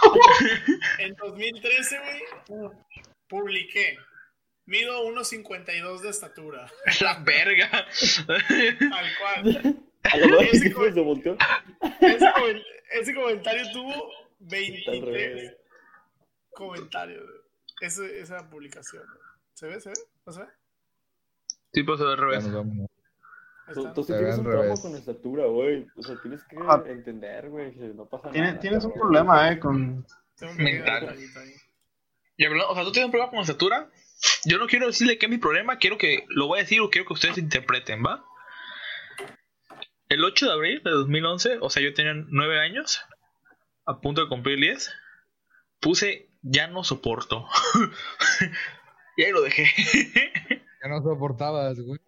En 2013, güey. Publiqué. Mido 1.52 de estatura.
La verga.
Tal cual.
A la madre que fue, se volteó.
Ese, comen- ese comentario tuvo
Está al
23
revés.
comentarios, güey. Ese- esa publicación, güey. ¿Se ve? ¿Se ve? ¿No se ve?
Sí, pues al
Ya
revés.
nos vamos.
Ahí
Tú,
está.
tú sí
Se ve
tienes
al
un problema
revés.
con la estatura, güey. O sea, tienes que
Ah.
entender, güey, que no pasa
Tienes,
nada.
tienes un
güey.
problema, eh, con...
Tengo que
Mental.
quedar ahí, ahí.
Y hablando, o sea, tú tienes un problema con la estatura. Yo no quiero decirle que es mi problema, quiero que lo voy a decir o quiero que ustedes interpreten, ¿va? El 8 de abril de 2011, o sea, yo tenía 9 años, a punto de cumplir 10, puse ya no soporto. y ahí lo dejé.
Ya no soportabas, güey.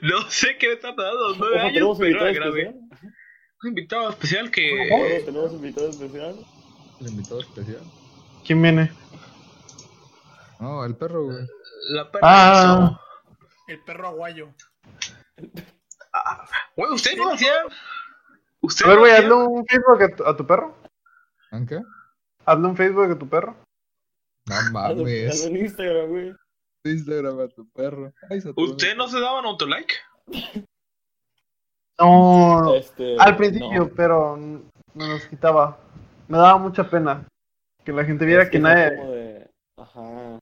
no sé qué me está pasando, los 9
Ojo,
años,
tenemos un
pero
invitado
era grave.
especial.
Un invitado especial que...
¿Eh?
Ojo, Tenemos un invitado especial.
El invitado especial.
¿Quién viene?
No, el perro, güey.
La perra
Ah.
El perro aguayo.
Güey, ¿ustedes no hacían...?
A
¿Ustedes
ver,
no
güey,
hacían-
hazle un Facebook a tu, a tu perro.
¿En qué?
Hazle un Facebook a tu perro.
No
Hazlo
mames.
en Instagram, güey.
Instagram a tu perro. Ay, se atoró.
¿Ustedes no se daban autolike?
No,
Este,
al principio,
no.
pero mm, me los quitaba. Me daba mucha pena que la gente viera
Es
que
fue
nadie...
como de, Ajá.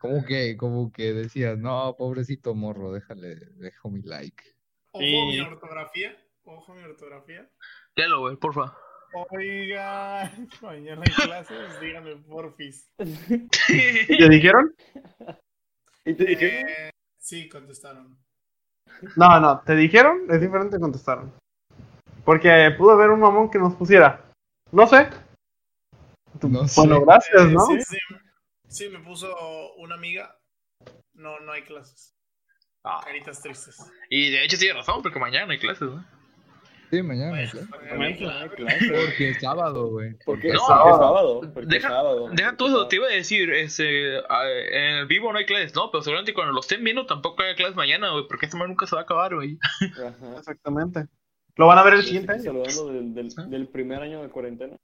Como que, como que decías, no, pobrecito morro, déjale, dejo mi like.
Ojo
Sí.
mi ortografía. Ojo mi ortografía.
Léalo, güey, porfa.
Oiga, mañana hay clases, díganme porfis.
¿Te dijeron?
¿Y te dije?
Eh, sí, contestaron.
No, no, ¿te dijeron? Es diferente contestaron. Porque pudo haber un mamón que nos pusiera. No sé.
No sé.
Bueno, gracias,
Eh,
¿no?
Sí, sí. Sí, me puso una amiga. No, no hay clases.
Ah,
Caritas tristes.
y de hecho tiene razón, porque mañana hay clases, ¿no?
Sí, mañana,
Bueno,
claro.
mañana hay clases.
Porque es sábado, güey.
¿Por qué?
No,
Porque
sábado.
es sábado. Porque
Deja-
es sábado.
Deja tú eso, te iba a decir, este, a- en el vivo no hay clases, ¿no? Pero seguramente cuando lo estén viendo tampoco hay clases mañana, güey, porque esta semana nunca se va a acabar, güey.
Ajá.
Exactamente. Lo van a ver el
Estoy
siguiente año.
saludando del, del, del primer año de cuarentena.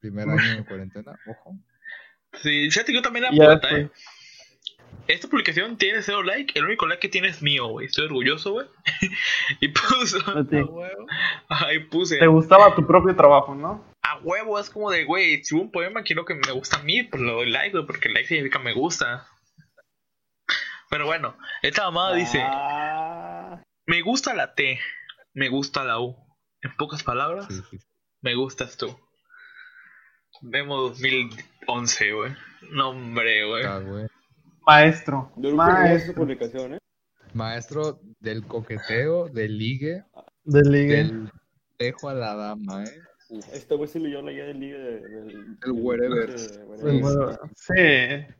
Primer año de cuarentena, ojo.
Sí, fíjate que yo también la
Ya
puerta,
fue.
eh. Esta publicación tiene cero like, el único like que tiene es mío, güey. Estoy orgulloso, güey. y puso,
A ti.
A huevo.
ahí puse,
Te gustaba tu propio trabajo, ¿no?
a huevo, es como de, güey, si hubo un poema quiero que me gusta a mí, pues le doy like, güey, porque like significa me gusta. Pero bueno, esta mamada dice...
Ah,
Me gusta la T, me gusta la U. En pocas palabras,
Sí, sí, sí.
me gustas tú. Vemos 2011, güey. No, hombre, güey.
Está, güey.
Maestro.
yo nunca leí esa
Maestro.
publicación, ¿eh?
Maestro del coqueteo, del ligue,
De ligue.
del tejo a la dama, ¿eh?
Este güey sí leyó la guía del libro de, del... del
wherever.
de-
Del
wherever.
Pues, bueno. Sí.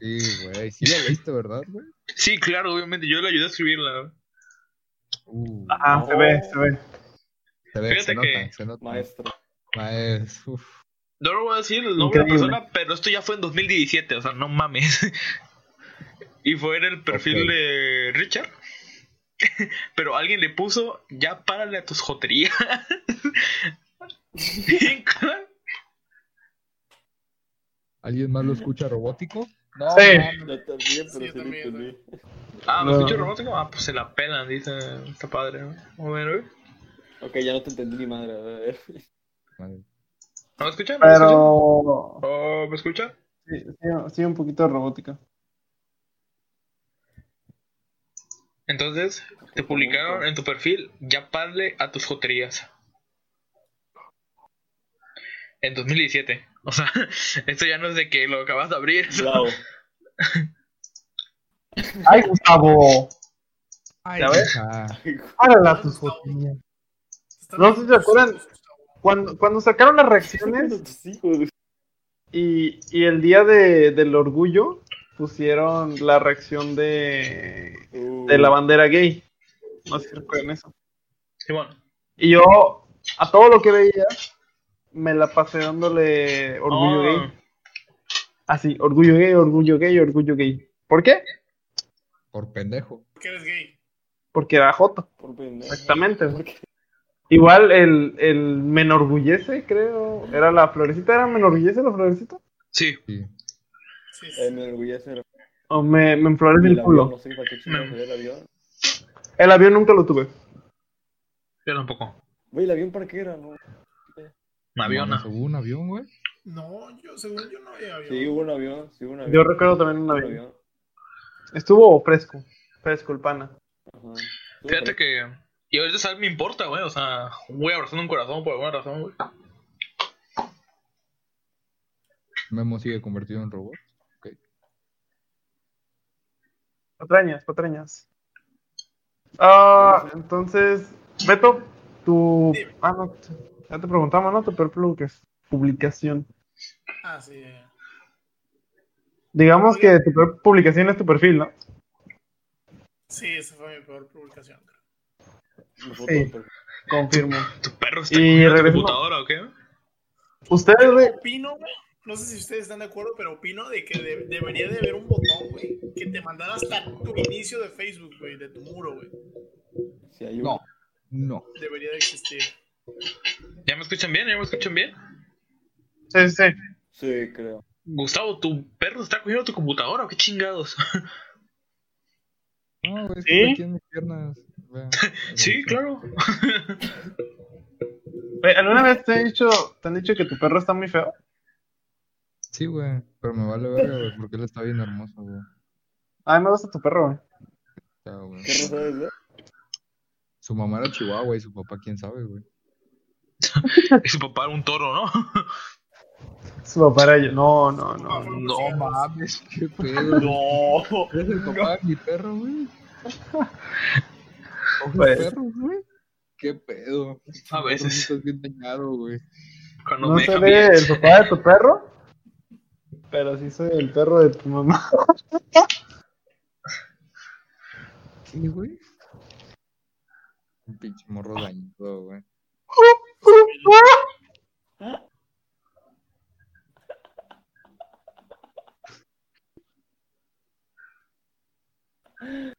Sí, güey. Sí la leíste, ¿verdad, güey?
Sí, claro, obviamente. Yo le ayudé a escribirla, güey.
Uh,
Ajá, Ah, se ve, se ve.
se ve,
fíjate
se
que-
nota, se nota.
Maestro.
Maestro. uf.
No lo voy a decir el nombre de la
Increíble.
persona, pero esto ya fue en 2017, o sea, no mames. y fue en el perfil
Ok.
de Richard. pero alguien le puso, ya párale a tus joterías.
¿Alguien más lo escucha robótico? No,
Sí.
Yo también, pero
Sí, yo
sí, lo
también,
entendí.
Ah, me
No.
escucho robótico. Ah, pues se la pelan, dice. Está padre, ¿no? A ver, güey.
Ok, ya no te entendí ni madre. A ver.
Madre.
¿No me escuchan? ¿No me escuchan?
Pero.
Oh, ¿Me escuchan?
Sí, sí, sí, un poquito de robótica.
Entonces, te publicaron en tu perfil, ya parle a tus joterías. En 2017. O sea, esto ya no es de que lo acabas de abrir.
Bravo.
¡Ay, Gustavo!
Ay,
¿Ya ves?
hija.
Párala tus jotillas.
Están
No sé si se acuerdan.
Gustavo.
Cuando, cuando sacaron las reacciones
Tus hijos.
y, y el día de, del orgullo pusieron la reacción de,
Uh,
de la bandera gay. No sé si recuerdan eso.
Simón,
Y yo a todo lo que veía, me la pasé dándole orgullo
Oh.
gay. Así, orgullo gay, orgullo gay, orgullo gay. ¿Por qué?
Por pendejo.
Porque eres gay.
Porque era Joto,
Por pendejo.
exactamente. Igual el, el me enorgullece, creo. Era la florecita, era me enorgullece la florecita.
Sí,
Sí.
Sí,
Eh,
sí.
me enorgullece. el-
O me, me enflorece
el
el
avión,
culo.
No sé para qué chingados sería el avión.
El avión nunca lo tuve.
yo tampoco.
Güey, ¿el avión para qué era? No.
Me
Mames,
aviona.
¿Hubo un avión, güey?
No, yo, según yo no había habido.
Sí, hubo un avión. Sí, hubo un avión.
Yo recuerdo también un
Hubo
avión. Estuvo fresco. Fresco el pana.
Ajá.
Fíjate que. Y ahorita sabes, me importa, güey. O sea, güey abrazando un corazón por alguna razón, güey.
Memo sigue convertido en robot.
Patrañas, patrañas. Ah, entonces, Beto, tu. Ah, no. Ya te preguntamos, ¿no? Tu peor publica- publicación.
Ah, sí. eh.
Digamos que tu peor publicación es tu perfil, ¿no?
Sí, esa fue mi peor publicación.
Me fue todo
Sí.
por-
Confirmo.
Tu perro está
Y
comiendo tu
regresamos.
computadora o qué?
Ustedes, güey.
Opino, güey. No sé si ustedes están de acuerdo, pero opino de que de- debería de haber un botón, güey, que te mandara hasta tu inicio de Facebook, güey, de tu muro, güey.
Sí, hay
No.
uno.
No.
Debería de existir.
¿Ya me escuchan bien? ¿Ya me escuchan bien?
Sí, sí, sí.
Sí, creo.
Gustavo, tu perro está cogiendo tu computadora o qué chingados.
No, güey, es
¿Sí?
que está aquí en mis piernas. Vea. este,
sí, claro.
Güey, ¿Alguna vez te han, dicho, te han dicho que tu perro está muy feo?
Sí, güey. Pero me vale verga, güey, porque él está bien hermoso, güey.
A mí Ah, me gusta tu perro, güey.
Chao, güey.
¿Qué rosa es, eh?
Su mamá era chihuahua y su papá, quién sabe, güey.
Y su papá era un toro, ¿no?
Su papá era yo. No, no, no.
No,
mames, qué pedo.
No.
¿Eres el papá de mi perro, güey? ¿Coges
Pues.
perro, güey? ¿Qué pedo?
A veces.
Estás bien dañado, güey.
Cuando
No
me
se
dejan
ve
bien.
el papá de tu perro, pero sí soy el perro de tu mamá.
¿Qué, güey? Un pinche morro dañado, güey.
Ay,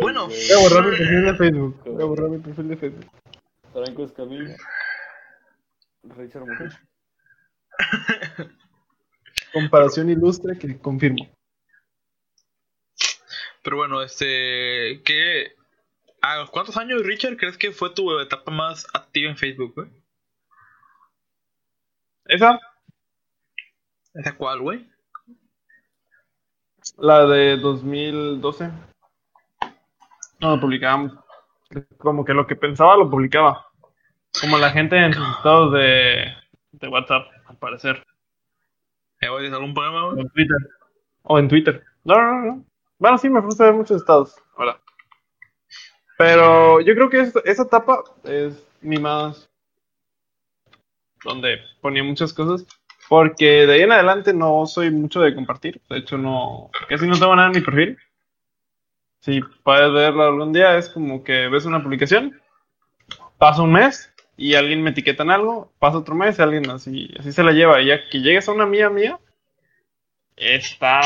Bueno.
güey.
Voy a borrar mi perfil de Facebook. Voy a borrar mi perfil de Facebook.
Franco Escamilla. Richard Mujer.
Comparación ilustre que confirmo.
Pero bueno, este. ¿qué, ¿A los cuántos años, Richard, crees que fue tu etapa más activa en Facebook, güey?
¿Esa?
¿Esa cuál, güey?
La de 2012. No lo publicábamos. Como que lo que pensaba lo publicaba. Como la gente en sus estados de, de WhatsApp, al parecer.
¿Ya voy a algún problema,
O
güey?
en Twitter. O en Twitter. No, no, no. Bueno, sí, me gusta ver muchos estados. Ahora. Pero yo creo que es- esa etapa es mi más. donde ponía muchas cosas. Porque de ahí en adelante no soy mucho de compartir. De hecho, no. casi no tengo nada en mi perfil. Si puedes verlo algún día, es como que ves una publicación, pasa un mes y alguien me etiqueta en algo, pasa otro mes y alguien así, así se la lleva. Y ya que llegues a una mía mía, está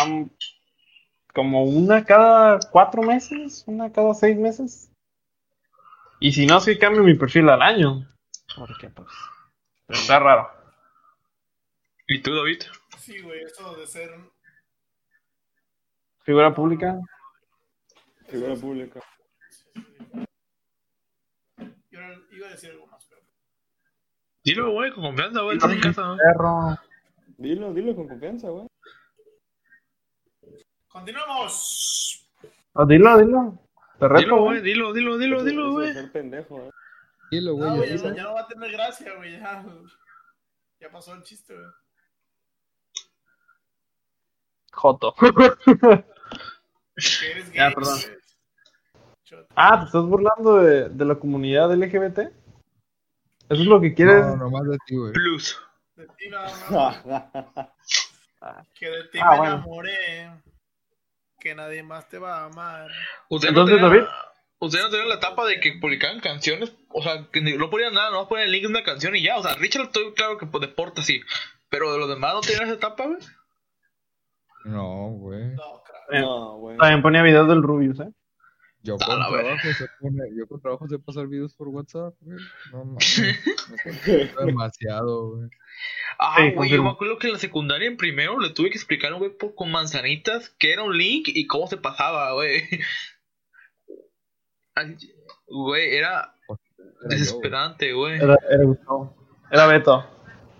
como una cada cuatro meses, una cada seis meses. Y si no, sí cambio mi perfil al año. Porque pues está raro.
¿Y tú, David?
Sí, güey, eso de ser.
Figura pública.
Figura pública.
Yo era- iba a decir algo más, pero.
Dilo, güey, con confianza, güey. Estás en casa, ¿no?
Perro.
Dilo, dilo con confianza, güey.
¡Continuamos!
Ah, dilo, dilo. Te reto,
Dilo, güey,
güey.
dilo, dilo, dilo,
Eso-
dilo,
eso de
güey.
ser pendejo, eh.
Dilo,
No,
güey.
Ah, güey,
así,
ya,
güey.
ya no va a tener gracia, güey. Ya, ya pasó el chiste, güey.
Joto.
Que eres gay.
Ya, perdón.
güey. Chota.
ah, ¿te estás burlando de, de la comunidad LGBT? ¿Eso es lo que quieres?
No, nomás de ti, güey.
Plus.
De ti nada más,
Ah,
Que de ti
Ah,
me
bueno.
enamoré. Que nadie más te va a amar.
¿Usted
Entonces,
no tenía-
David.
Ustedes no tenían la etapa de que publicaban canciones, o sea, que ni- no ponían nada, no ponían el link de una canción y ya. O sea, Richard, estoy claro que por deporte sí, pero de los demás no tenían esa etapa, güey.
No, güey.
No, crap.
No, güey.
También ponía videos del Rubius, ¿eh?
Yo
A
con,
la verga.
trabajo sé poner- yo con trabajo sé pasar videos por WhatsApp, güey. No mames. Me concentra demasiado, güey.
Ah,
Sí,
güey, yo
confirmo.
me acuerdo que en la secundaria en primero le tuve que explicar a un güey por- con manzanitas qué era un link y cómo se pasaba, güey. Ay, Güey, era
Era yo, güey.
desesperante, güey.
Era, era Gustavo. Era Beto.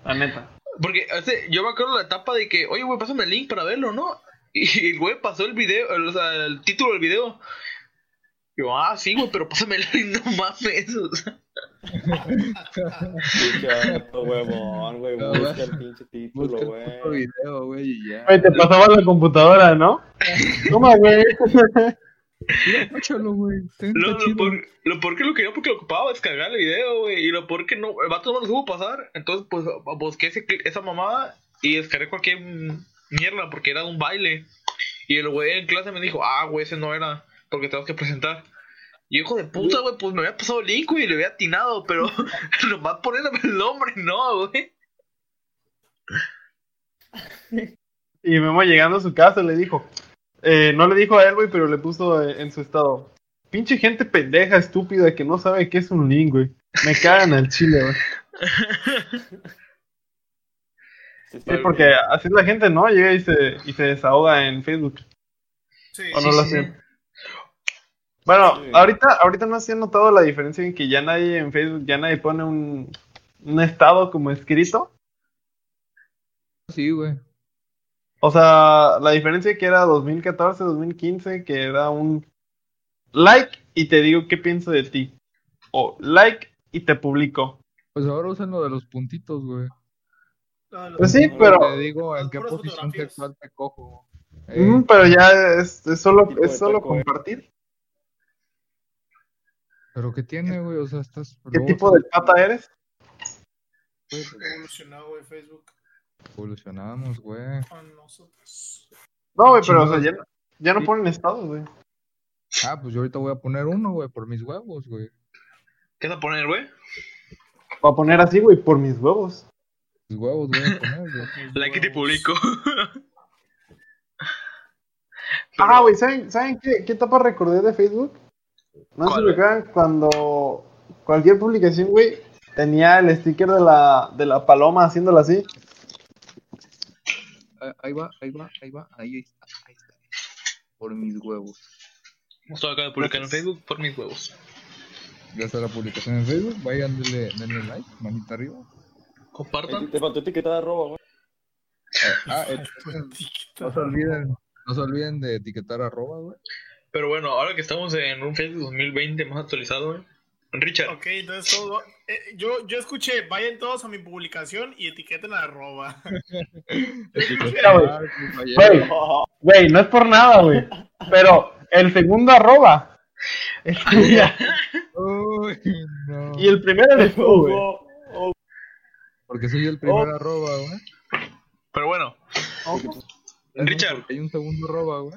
La neta.
Porque este, yo me acuerdo la etapa de que, oye, güey, pásame el link para verlo, ¿no? Y el güey pasó el video, el- o sea, el título del video. Yo, ah, sí, güey, pero pásame el link, no mames. o sea.
Pinche vato, huevón, güey.
No,
Busca
güey.
el pinche
Busca
título,
el
güey.
puto video, güey, y ya.
Güey, te pasaba la computadora, ¿no? Toma, güey.
Mira, páchalo, güey. Está bien,
Lo,
está
lo,
chido.
por, lo peor que lo quería porque lo ocupaba descargar el video, güey. Y lo peor que no, el vato no lo supo pasar. Entonces, pues, busqué ese cli- esa mamada y descargué cualquier mm, mierda porque era un baile. Y el güey en clase me dijo, ah, güey, ese no era porque tenemos que presentar. Y hijo de puta, güey, pues me había pasado el link, güey, y le había atinado, pero nomás ponerme el nombre, no, güey.
Y Memo llegando a su casa le dijo, eh, no le dijo a él, güey, pero le puso eh, en su estado, pinche gente pendeja, estúpida, que no sabe qué es un link, güey. Me cagan al chile, güey.
Sí, está
Sí,
bien.
porque así la gente, ¿no? Llega y se, y se desahoga en Facebook.
Sí,
O no
Sí,
lo
sí.
hacen. Bueno,
Sí.
ahorita, ahorita no se ha notado la diferencia en que ya nadie en Facebook, ya nadie pone un, un estado como escrito.
Sí, güey.
O sea, la diferencia que era 2014, 2015, que era un like y te digo qué pienso de ti. O like y te publico.
Pues ahora usan lo de los puntitos, güey.
no, los-
Pues sí, pero,
Te digo en
Las
qué
puras
posición
fotografías.
sexual te cojo. Eh,
mm, pero ya es, es solo,
Tipo de
es solo
taco, eh.
compartir.
Pero qué tiene, güey, o sea, estás.
¿Qué tipo de pata eres?
Evolucionó, güey, Facebook
Evolucionamos, güey.
con nosotros.
No, güey, pero o sea, ya, ya no ponen estados, güey.
Ah, pues yo ahorita voy a poner uno, güey, por mis huevos, güey.
¿Qué vas a poner, güey?
Va a poner así, güey, por mis huevos.
Mis huevos voy a poner, güey.
Like y te
Huevos.
publico.
Ah, güey, ¿saben, ¿saben qué, qué etapa recordé de Facebook? No sé si
¿Cuál, güey?
recuerdan cuando cualquier publicación, güey, tenía el sticker de la, de la paloma haciéndola así.
Ah, Ahí va, ahí va, ahí va, ahí está, ahí está. Por mis huevos.
Esto acaba de publicar en Facebook por mis huevos.
Ya está la publicación en Facebook. Vayan, denle, denle like, manita arriba.
Ay,
Compartan.
Te faltó etiquetada de arroba, güey.
Ah, eh, no se olviden, no se olviden de etiquetar arroba, güey.
Pero bueno, ahora que estamos en un Facebook 2020 más actualizado, güey. Richard,
Ok, entonces todo. eh, yo, yo escuché, vayan todos a mi publicación y etiqueten a arroba.
Mira, güey,
Compañero,
güey, güey, no es por nada, güey. Pero el segundo arroba. es tuya,
Uy, no.
y el primero eres tú, güey.
Ojo, ojo.
Porque soy el primer
Oh.
arroba, güey.
pero bueno,
Es más,
Richard.
porque Hay un segundo arroba, güey.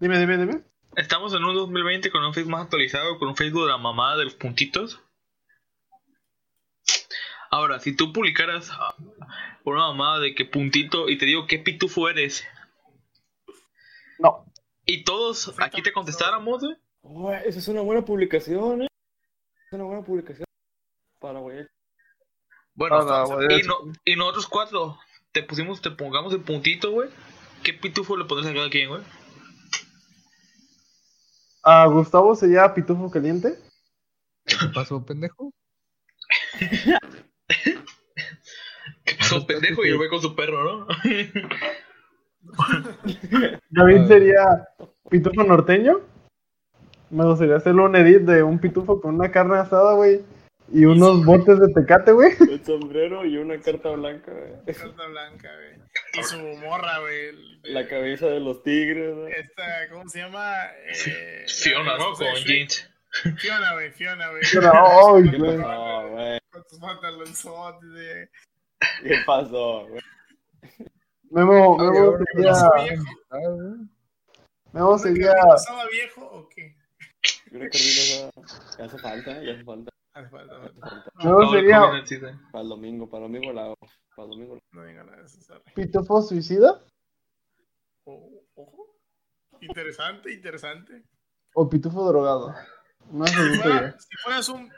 Dime, dime, dime.
estamos en un 2020 con un Facebook más actualizado, con un Facebook de la mamada de los puntitos. Ahora, si tú publicaras ah, una mamada de que puntito y te digo qué pitufo eres,
No.
y todos aquí te contestáramos, güey,
Güey, esa es una buena publicación, ¿eh? Es una buena publicación. Para, güey.
bueno,
No, Ah, no,
estamos-
güey,
y, no- y nosotros cuatro te pusimos, te pongamos el puntito, güey, ¿qué pitufo le pondrías a cada quien, güey?
A Ah, Gustavo sería Pitufo Caliente.
¿Qué pasó, pendejo?
Que pasó, pendejo, y el güey con su perro, ¿no?
David
Ah.
sería pitufo norteño. Me gustaría hacerle un edit de un pitufo con una carne asada, güey. Y unos botes de tecate, güey.
El sombrero y una carta blanca, güey.
Carta blanca, güey. Y su morra, güey. el-
La cabeza de los tigres, güey.
Esta, ¿cómo se llama? Eh,
Fiona,
la
¿no?
esposa
Con
de Shrek.
jeans. Ah.
Fiona, güey, Fiona, güey.
Fiona, ay,
Con tus
güey.
No,
pantalones-
güey.
Con tus pantalones, güey.
¿Qué pasó, güey?
Memo, Memo
Ay, Ah, ahora que
sería.
Ah, güey.
Memo
¿Una
sería.
camisa usada viejo o qué?
Creo que ahorita ya, ya hace falta, ya hace falta.
Hace Ah, falta, hace falta.
falta.
Luego
Paul
sería
Coleman, sí, sí.
Para el domingo, para el domingo la hago. Para el domingo.
No venga nada de eso, sorry.
Pitufo Suicida
O- Ojo. Interesante, interesante.
o Pitufo Drogado. No sé
Si,
si
fuera- si fueras un.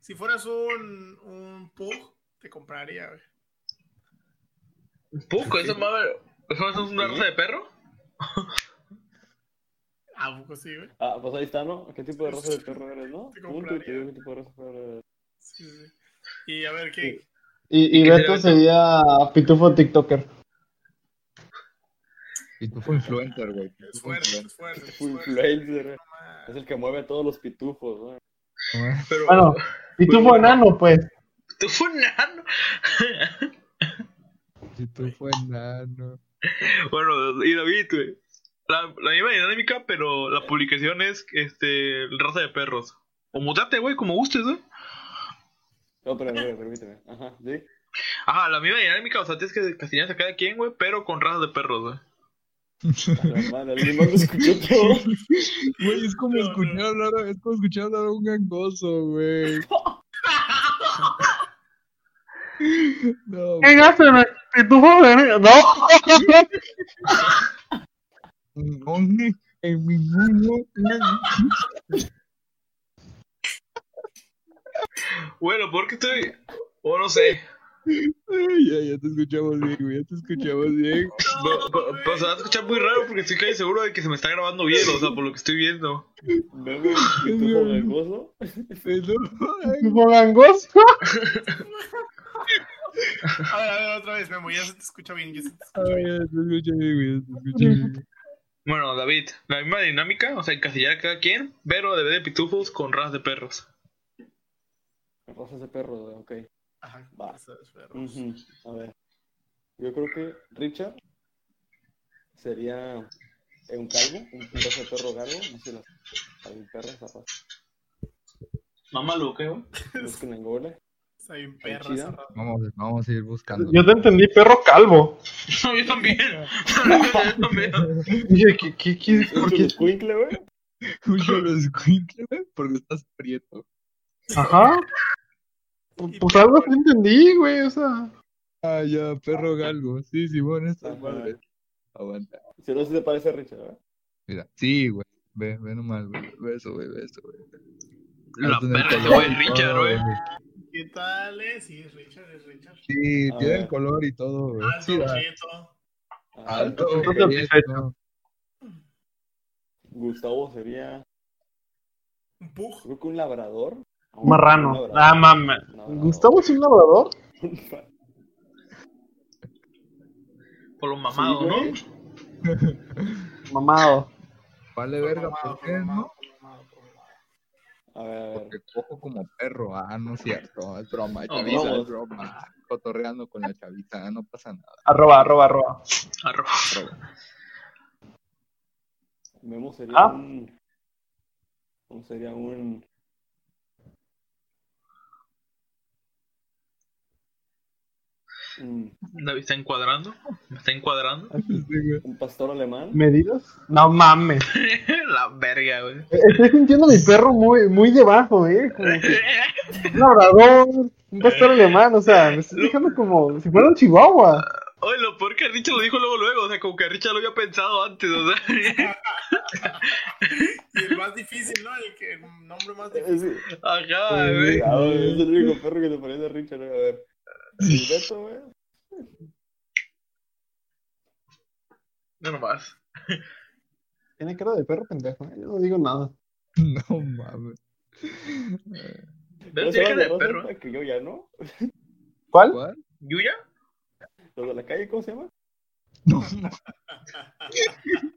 Si fueras un. Un pug, te compraría, güey.
Puco, eso mames. ¿Eso es una raza de perro?
¿A poco sí, güey?
Ah, pues ahí está, ¿no? ¿Qué tipo de raza de perro eres, no?
Te
Punto, y te digo qué tipo de raza de perro eres.
Sí, sí, sí. Y a ver, ¿qué?
Y, y
¿Qué
Beto
será?
sería Pitufo TikToker.
Y tú fue influencer, güey. Tú fue
Esfuerzo,
influencer.
esfuerzo.
Fue
esfuerzo.
influencer.
Pues,
eh.
No mames.
Es el que mueve a todos los pitufos, ¿no?
¿no?
Pero.
Bueno, Pitufo Enano, pues.
Tú fue un nano.
Y tú fue nano.
bueno, y David, güey. La, la misma dinámica, pero la publicación es este raza de perros. O mutate, güey, como gustes, güey.
No, pero, pero permíteme. Ajá, sí.
Ajá, la misma dinámica, o sea, tienes que castigar a cada quien, güey, pero con razas de perros, güey.
A la madre, alguien más lo escuchó todo.
Güey, es como
No,
escuchar hablar, a- es como escuchar hablar a un gangoso, güey.
Pitufo
No,
No.
no, en mi mundo.
Bueno, porque estoy. O no sé.
Ay, Ya, ya te escuchamos bien, güey. Ya te escuchamos bien.
Pero, pero- pero se va a escuchar muy raro porque estoy casi seguro de que se me está grabando bien, o sea, por lo que estoy viendo.
¿No, güey? ¿Pitufo gangoso?
Eso, ay,
Pitufo Gangoso.
A ver, a ver, otra vez, Memo. Ya se te escucha bien. Ya se te escucha
ay,
bien.
ya te escucha bien, güey. Ya te escucha bien.
Bueno, David, la misma dinámica, o sea, encasillar a cada quien, pero de vez de pitufos con razas de perros.
Razas de perro, güey, ok.
Ajá,
Va.
eso es, perro.
Ujú, A ver. Yo creo que Richard sería eh, un calvo, un pedazo de perro galgo, no sé las hay perras capaz.
Mamá lo que, güey.
Busquen en Google.
Está bien perro
Chida.
esa rata.
Vamos, vamos a ir buscando.
Yo te entendí, perro calvo.
No, yo también. yo también.
Dije, ¿qué, qué, qué?
¿Es un
por qué?
escuincle, güey?
escucho los escuincle, güey, porque estás prieto.
Ajá. Pu- Pues algo sí entendí, güey, o sea.
Ah, ya, perro galgo. Sí, Simón, esta
Ajá.
madre. Aguanta.
Si no, si te parece a Richard, ¿verdad?
Mira, sí, güey. Ve, ve nomás, güey. Ve eso, güey, ve eso, güey.
La
Hazte del
perra,
color
güey,
y todo,
Richard, güey.
¿Qué tal? eh? Sí, es Richard, es Richard.
Sí,
A
tiene
ver.
el color y todo, güey. Sí,
Alto,
da-
cheto.
Ah,
alto,
Estoy
güey,
satisfecho.
eso.
Gustavo sería,
Un pug.
creo que un labrador. Un
Marrano.
labrador,
Ah, mames.
un labrador.
¿Gustavo es un labrador?
Por lo mamado,
Sí,
¿no?
güey.
Mamado.
Vale, verga, ¿por qué no?
A ver, a ver.
Porque cojo como perro. Ah, no es cierto. Es broma,
No,
chavita,
vamos.
es broma. Cotorreando con la chavita, no pasa nada.
Arroba, arroba, arroba.
Arro-
Memo sería
Ah.
un. ¿Cómo sería un. Un,
David está encuadrando. Me está encuadrando.
un pastor alemán.
¿Medidas? No mames.
la verga, güey.
Estoy sintiendo mi perro muy, muy debajo, eh. Como que un labrador, un pastor alemán, o sea, me estoy dejando como si fuera un chihuahua.
Oye, lo peor que Richard lo dijo luego, luego. O sea, como que Richard lo había pensado antes, o sea.
Y el más difícil, ¿no? El, que, el nombre más difícil.
Es,
Ajá, güey.
Ah, güey, es el único perro que te parece a Richard. güey. A ver. Silveto, güey.
No nomás.
Tiene cara de perro pendejo, eh, yo no digo nada.
No mames.
¿Ves?
¿No se
Tiene
van
cara
a
de
dar
perro.
cuenta Que yo ya no.
¿Cuál?
¿Cuál?
¿Yuya?
Los de la calle, ¿cómo se llama?
No mames.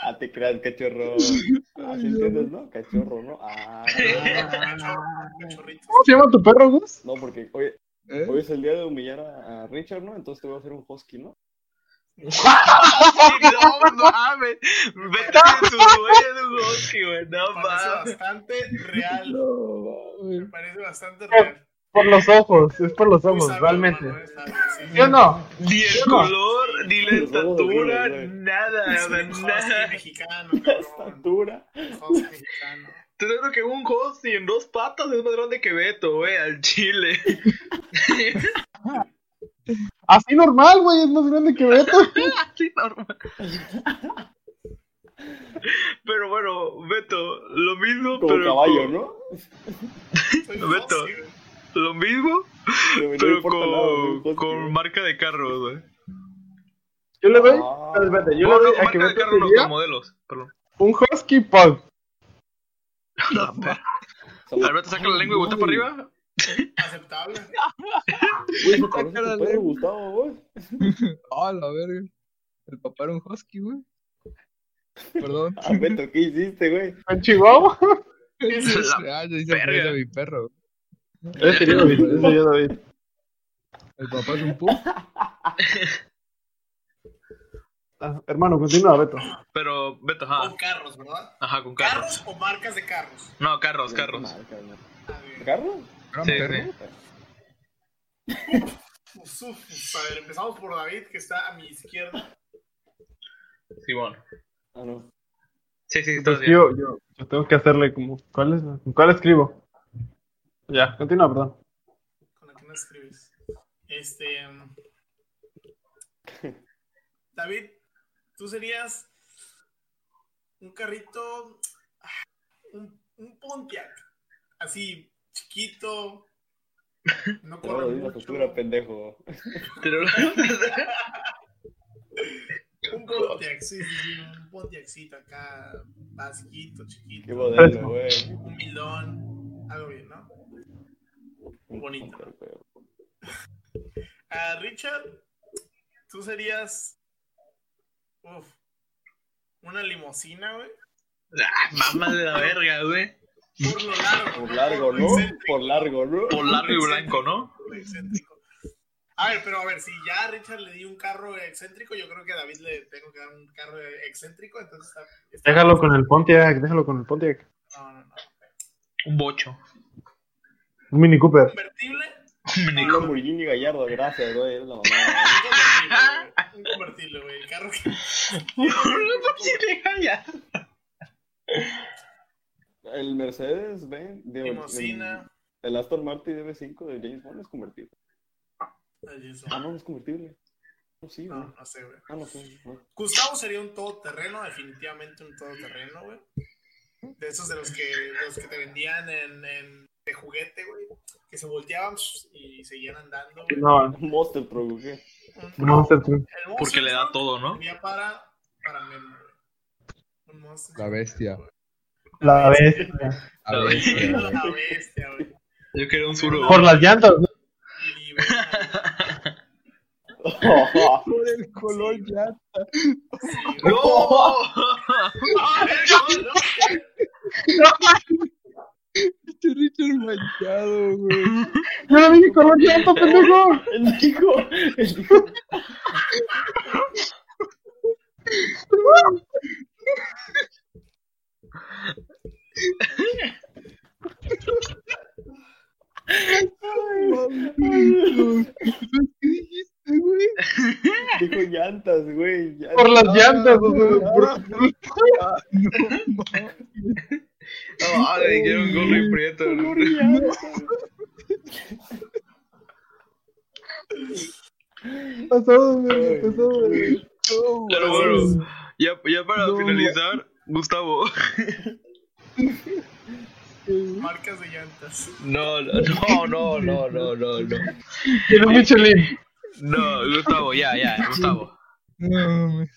Ah, te creas, cachorro. Así entiendes, ¿no? Cachorro, ¿no? Ah,
Chorritos.
¿Cómo se llama tu perro, Gus?
no, porque hoy,
¿Eh?
hoy es el día de humillar a, a Richard, ¿no? Entonces te voy a hacer un husky, ¿no?
no mames. Vete de tu huella de un husky, güey. No
Parece
mames.
bastante real.
No mames.
Parece bastante real.
Por los ojos, es por los
Muy
ojos,
sabio,
Eh, realmente.
hermano, es sabio, sí.
¿Sí o no?
Ni el color, ni la estatura, nada,
Es un
nada.
husky mexicano,
La
cabrón.
estatura.
Husky mexicano.
Te aseguro que un host y en dos patas es más grande que Beto, güey, al chile.
Así normal, güey, es más grande que Beto.
Así normal. Pero bueno, Beto, lo mismo,
Como
pero.
caballo, ¿no?
Soy
Beto.
fósil.
Lo mismo,
Pero, no
pero
importa nada, güey,
con,
pues,
con marca de carros, güey.
Yo le doy.
Ah.
espérate, espérate, yo le
Bueno, no
doy
con
a que
marca de
Beto
carros, no
sería
con modelos. Perdón.
un Husky Pug.
No, pero- Alberto, saca la lengua y vuelta para arriba.
Aceptable.
Güey, se parece
Saca la
a tu perro,
lengua.
Gustavo, güey.
Ah, la verga. El papá era un husky, güey. Perdón.
Ah, Beto, ¿qué hiciste, güey?
¿En Chihuahua?
es
ah, yo hice
verga.
ofender a mi perro.
Ese yo lo vi, ese yo lo vi.
El papá es un pug.
Ah, Hermano, continúa, Beto.
Pero, Beto,
Con
ajá.
carros, ¿verdad?
Ajá, con carros.
¿Carros o marcas de carros?
No, carros, carros.
Marca, ¿no?
A ver,
¿Carros?
¿Era un
Sí,
perro?
sí.
uf, uf, a ver, empezamos por David, que está a mi izquierda.
Simón.
Ah, no.
Sí, sí, estás
Pues
bien.
yo, yo, yo tengo que hacerle como. ¿Cuál es? ¿Con cuál escribo? Ya, continúa, perdón.
Con la que no escribes. Este. em, David, tú serías un carrito. ah, Un, un Pontiac. Así, chiquito. No
Te lo
corre
doy una
mucho.
postura, pendejo.
Pero-
Un Pontiac, sí, sí, sí, un Pontiacito acá, basiquito,
Qué
chiquito,
modelo, güey.
humildón, algo bien, ¿no? Bonito. Ah, Richard, tú serías, uf, una limosina, güey,
Ah, Mamas de la verga, güey.
por lo largo.
Por largo, ¿no? Por largo, ¿no?
Por largo y blanco, ¿no?
Por excéntrico. A ver, pero a ver, si ya a Richard le di un carro excéntrico, yo creo que a David le tengo que dar un carro excéntrico, entonces... está- está-
Déjalo con el Pontiac, déjalo con el Pontiac.
No, no, no.
Un bocho.
Un Mini Cooper.
Convertible,
Un mini
Un Lamborghini Gallardo, gracias, güey. Es la mamá.
Un convertible, güey. El carro que.
El Mercedes Benz de
Limosina.
El, el Aston Martin DB5 de James Bond es convertible.
Ay, eso.
Ah, no, no es convertible. No, sí, güey.
No, no sé, güey.
Ah, no, sí, no.
Gustavo sería un todoterreno, definitivamente un todoterreno, güey. De esos de los que, de los que te vendían en, en- de juguete, güey. Que se volteaban y seguían andando, güey.
No,
Monster Truck, ¿o qué?
Un-
no, Monster Truck.
el
Porque
Monster
le da
Truck
todo, ¿no?
Sería para, para Memo, güey. Un monstruo.
La bestia.
La bestia.
A
La
ver,
bestia.
a ver.
La bestia, güey.
Yo quería un suro.
Por las llantas. ¿no?
Y, güey,
Por el color ya.
así, güey.
¡No!
¡Ah, no, no, no!
Este Richard manchado, güey.
Yo no dije color llanta, pendejo.
el hijo, el hijo.
¿Qué dijiste, güey?
Dijo llantas, güey. llantas.
Por las llantas. o
Ah,
sea, por-
No, ah, le dijeron gorro y prieto.
Pasado,
Ay,
güey. Pasado, güey.
Pero bueno, ya, ya para finalizar, Gustavo.
Marcas de llantas.
No, no, no, no, no, no, no.
Tiene un Michelin.
No, Gustavo, ya, ya, Gustavo.
No, mames.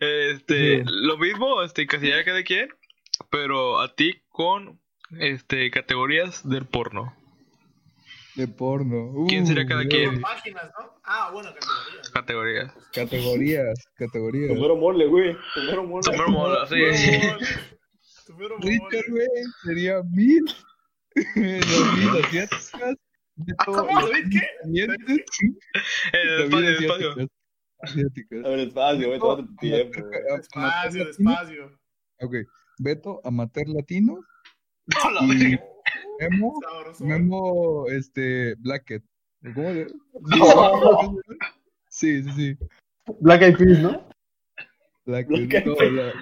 Este, lo mismo, este, casi ya cada quien, pero a ti con este categorías del porno.
de porno. Uh,
¿Quién sería cada
güey.
quien?
Páginas, ¿no? Ah, bueno, categorías.
Categorías.
Categorías, categorías.
Tomero mole, güey. Tomero mole.
Tomar mola, sí.
Tuvieron
Richard, güey, sería mil. Los mil asiáticas. De todo-
¿Cómo? ¿David qué?
Asiáticas.
El
Las
espacio,
mil
el espacio.
asiáticas. Asiáticas.
A ver, espacio, güey. Tómate tu tiempo. güey.
Despacio,
Amateur latino.
despacio.
Ok. Beto, amateur latino.
No, la
Y
verga.
Memo,
Sabroso.
Memo, este, Blackett. ¿Cómo le- Sí, sí, sí.
Black Eyed Peas, ¿no?
Blackett.
Blackett.
No, la-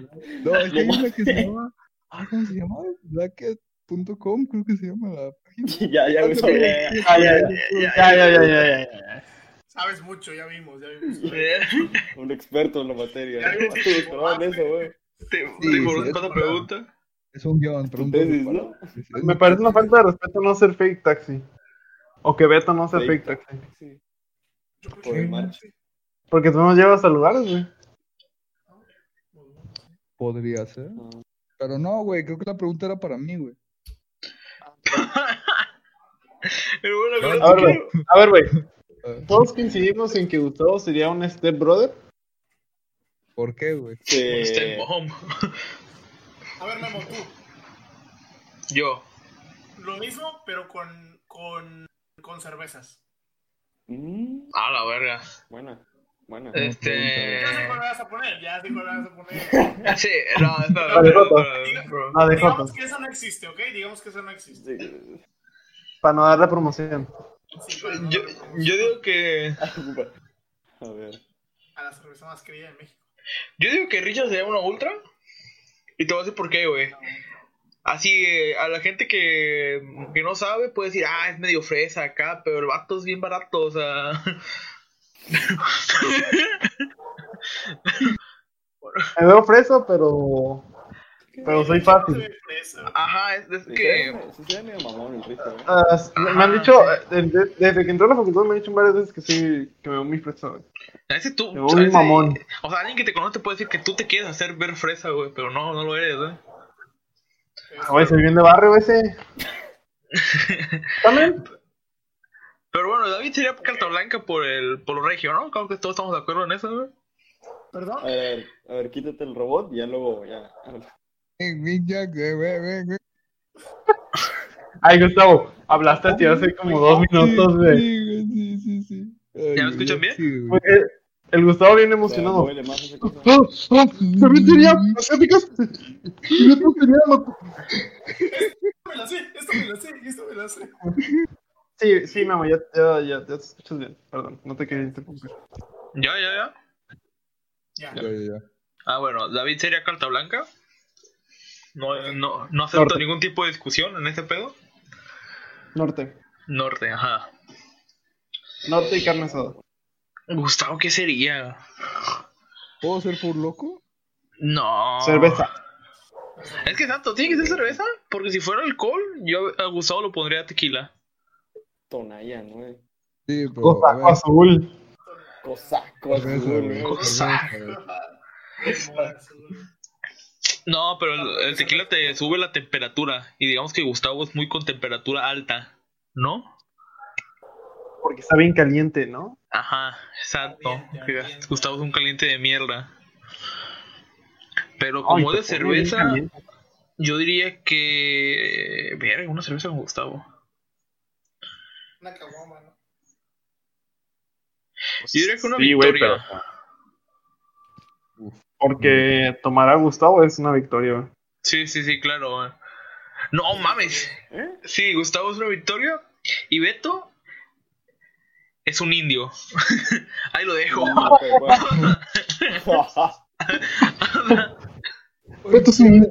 no, es que hay una que se llama Ah, ¿cómo se llama? Blacket.com, creo que se llama la página.
Ya, ya, güey. ya, ya.
Ah, ya, ya, ya, ya, ya, ya, ya.
Sabes mucho, ya vimos, ya vimos.
Un experto en la materia.
Ya, güey.
¿no? Te doctorado en eso, güey.
¿Te,
Sí,
te
sí,
borró
es
cuando
para-
pregunta?
Es un guión, pero un
Tesis,
guión.
¿no?
Me parece una falta de respeto no ser fake taxi. O que Beto no sea fake
Fake
taxi.
Sí.
Yo creo
Por
que-
el marcha.
Porque tú nos llevas a lugares, güey.
Podría ser.
Ah.
Pero no, güey, creo que la pregunta era para mí, güey.
Pero bueno,
No,
A ver,
güey,
güey. A ver, güey.
Eh,
Todos coincidimos en que Gustavo sería un step brother.
¿Por qué, güey?
Sí.
este
Step mom.
A ver, Memo, tú.
Yo.
Lo mismo, pero con, con, con cervezas.
Mm,
A la verga.
buena, buena.
Este.
Ya sé cuál me vas a poner, ya sé cuál me vas a poner.
Sí, no, espera,
Vale,
espera,
Jota.
espera, espera.
No, pues, de
Digamos
Jotas.
que eso no existe, ¿ok? Digamos que eso no existe.
Sí.
Para no darle promoción.
Sí, para no
Yo,
darle
yo digo que.
A ver.
A la cerveza más querida de México.
Yo digo que Richard sería una ultra. Y te voy a decir por qué, güey. Así, eh, a la gente que, que no sabe puede decir, ah, es medio fresa acá, pero el vato es bien barato, o sea.
Me veo freso, pero. Pero soy
No
fácil.
se ve fresa.
Ajá, es, es
Sí,
que.
se ve- Sí, se ve medio mamón el Risto, ¿eh?
Ah, me han dicho, eh, desde, desde que entré a la facultad me han dicho varias veces que sí, que me veo muy freso. güey.
A veces
Me
tú. a
veo muy
veces-
mamón.
O sea, alguien que te conoce te puede decir que tú te quieres hacer ver fresa, güey, pero no, no lo eres, güey.
Ah, Güey, soy bien de barrio ese. También.
Pero bueno, David sería carta blanca por el por lo regio, ¿no? Creo que todos estamos de acuerdo en eso, güey.
A ver, a ver, a ver, quítate el robot y ya luego, ya.
Eh, Mick Jack, eh, güey, güey, güey.
Ay, Gustavo, hablaste hasta hace como dos minutos, güey. Pues
Sí, güey, sí, sí, sí. Ay,
¿Ya me
güey,
escuchan bien?
Sí, güey.
Güey, El, el Gustavo bien
Ya,
emocionado.
muévele más esa cosa.
¡Oh, oh! ¡También tenía asiáticas! Y yo no tenía la-
Esto me la sé, esto me la sé, esto me la sé.
Sí, sí, mamá, ya, ya, ya, ya te escuchas bien. Perdón, no te quería interrumpir.
Ya, ya, ya.
Ya.
Ya, ya, ya.
Ah, bueno, David sería carta blanca. No, no, no acepto
Norte.
ningún tipo de discusión en este pedo.
Norte.
Norte, ajá.
Norte y carne asada.
Gustavo, ¿qué sería?
¿Puedo ser por loco?
No.
Cerveza.
Es que tanto, tiene que ser cerveza. Porque si fuera alcohol, yo a Gustavo lo pondría tequila.
Tonaya, ¿no? Eh, güey?
Sí, pero.
Costa
a ver,
azul.
Cosaco,
cerveza,
azul,
güey,
güey.
Cosa.
cerveza, güey.
No, pero el, el tequila te sube la temperatura. Y digamos que Gustavo es muy con temperatura alta. ¿No?
Porque está bien caliente, ¿no?
Ajá, exacto.
Ambiente, ambiente.
Gustavo es un caliente de mierda. Pero
Ay,
como
te
de
pone bien
cerveza,
caliente.
yo diría que. eh, Verga, una cerveza con Gustavo.
Una caguama, ¿no?
Yo diría que una
Sí, güey,
victoria.
Uf.
Porque tomar a Gustavo es una victoria, güey.
Sí, sí, sí, claro. güey. No mames.
¿Eh?
Sí, Gustavo es una victoria. Y Beto es un indio. Ahí lo dejo.
Ok, bueno.
Beto es un niño.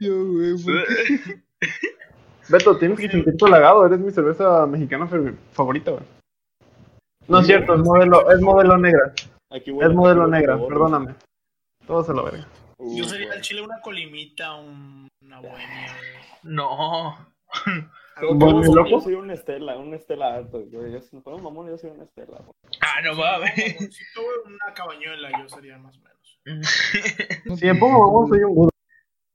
Yo, güey, ¿por qué?
Beto, tienes que sentirte halagado. Eres mi cerveza mexicana fe- favorita, güey. No es cierto, es modelo, es modelo negra.
Aquí
Es
huele- aquí
modelo
huele
negra,
robot.
perdóname. Todo se lo verga.
Uh,
Yo sería
güey.
al chile una colimita, un- una buena.
No.
Creo que
¿Bueno,
yo soy-
loco?
Yo soy una estela, una estela alto. Yo, yo soy un mamón, yo soy una estela. güey.
Ah, no mames.
Una cabañuela, yo sería más o menos.
No,
Si me pongo mamón, soy un Buda.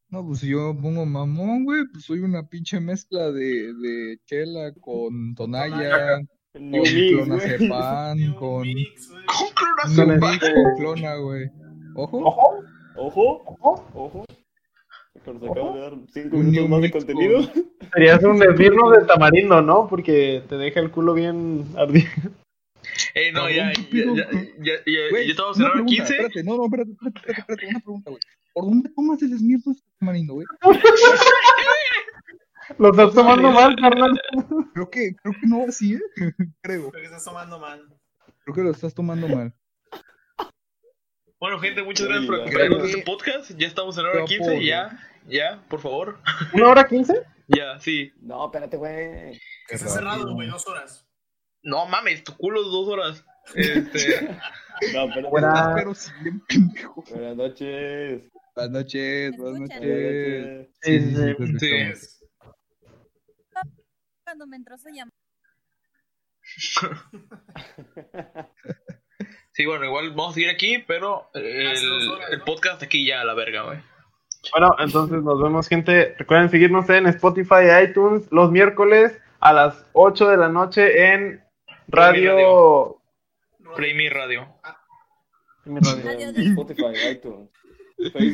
No, pues si yo me pongo mamón, güey, pues soy una pinche mezcla de, de chela con tonalla,
New
con
Mix, güey.
clonazepam,
Un
con
mix, güey.
Con
con
clonazepam.
Mix, con clona, güey. Ojo,
Ojo,
Ojo,
ojo.
ojo. Pero nos
Ojo.
acabas de dar 5
Un
minutos
New
más de
Mix con-
contenido.
Serías un esbirro de tamarindo, ¿no? Porque te deja el culo bien ardido.
Eh, no, ya, ya, ya, ya, ya,
güey.
ya estamos
una
cerrando
pregunta,
15.
espérate, no, no, espérate, espérate, espérate, espérate, una pregunta, güey. ¿Por dónde tomas el esmirno marindo, güey?
Lo estás tomando mal, carnal.
Creo que, creo que no así, ¿eh? Creo,
Creo que estás tomando mal.
creo que lo estás tomando mal.
Bueno, gente, muchas gracias por
Oye,
acompañarnos en
creo
este podcast. Ya estamos en la
Yo
hora 15 y ya, Ya, por favor.
¿Una hora quince?
Ya, sí.
No, espérate, güey.
Que está cerrado, güey, dos horas.
No mames, tu culo es dos horas. Este,
No, espérate.
Buenas.
Pero sí, bien pendejo.
Buenas noches.
Buenas noches, buenas
Buenas
noches.
noches.
Sí, sí, sí.
te
sí.
escuchamos.
Es-
Cuando me entró su llamada.
sí, bueno, igual vamos a seguir aquí, pero eh,
Hace dos
el,
horas,
el
¿no?
podcast aquí ya a la verga, güey.
Bueno, entonces nos vemos, gente. Recuerden seguirnos en Spotify y iTunes los miércoles a las 8 de la noche en Radio.
Play Me Radio.
en mi radio.
Adiós.
Spotify, iTunes, Facebook.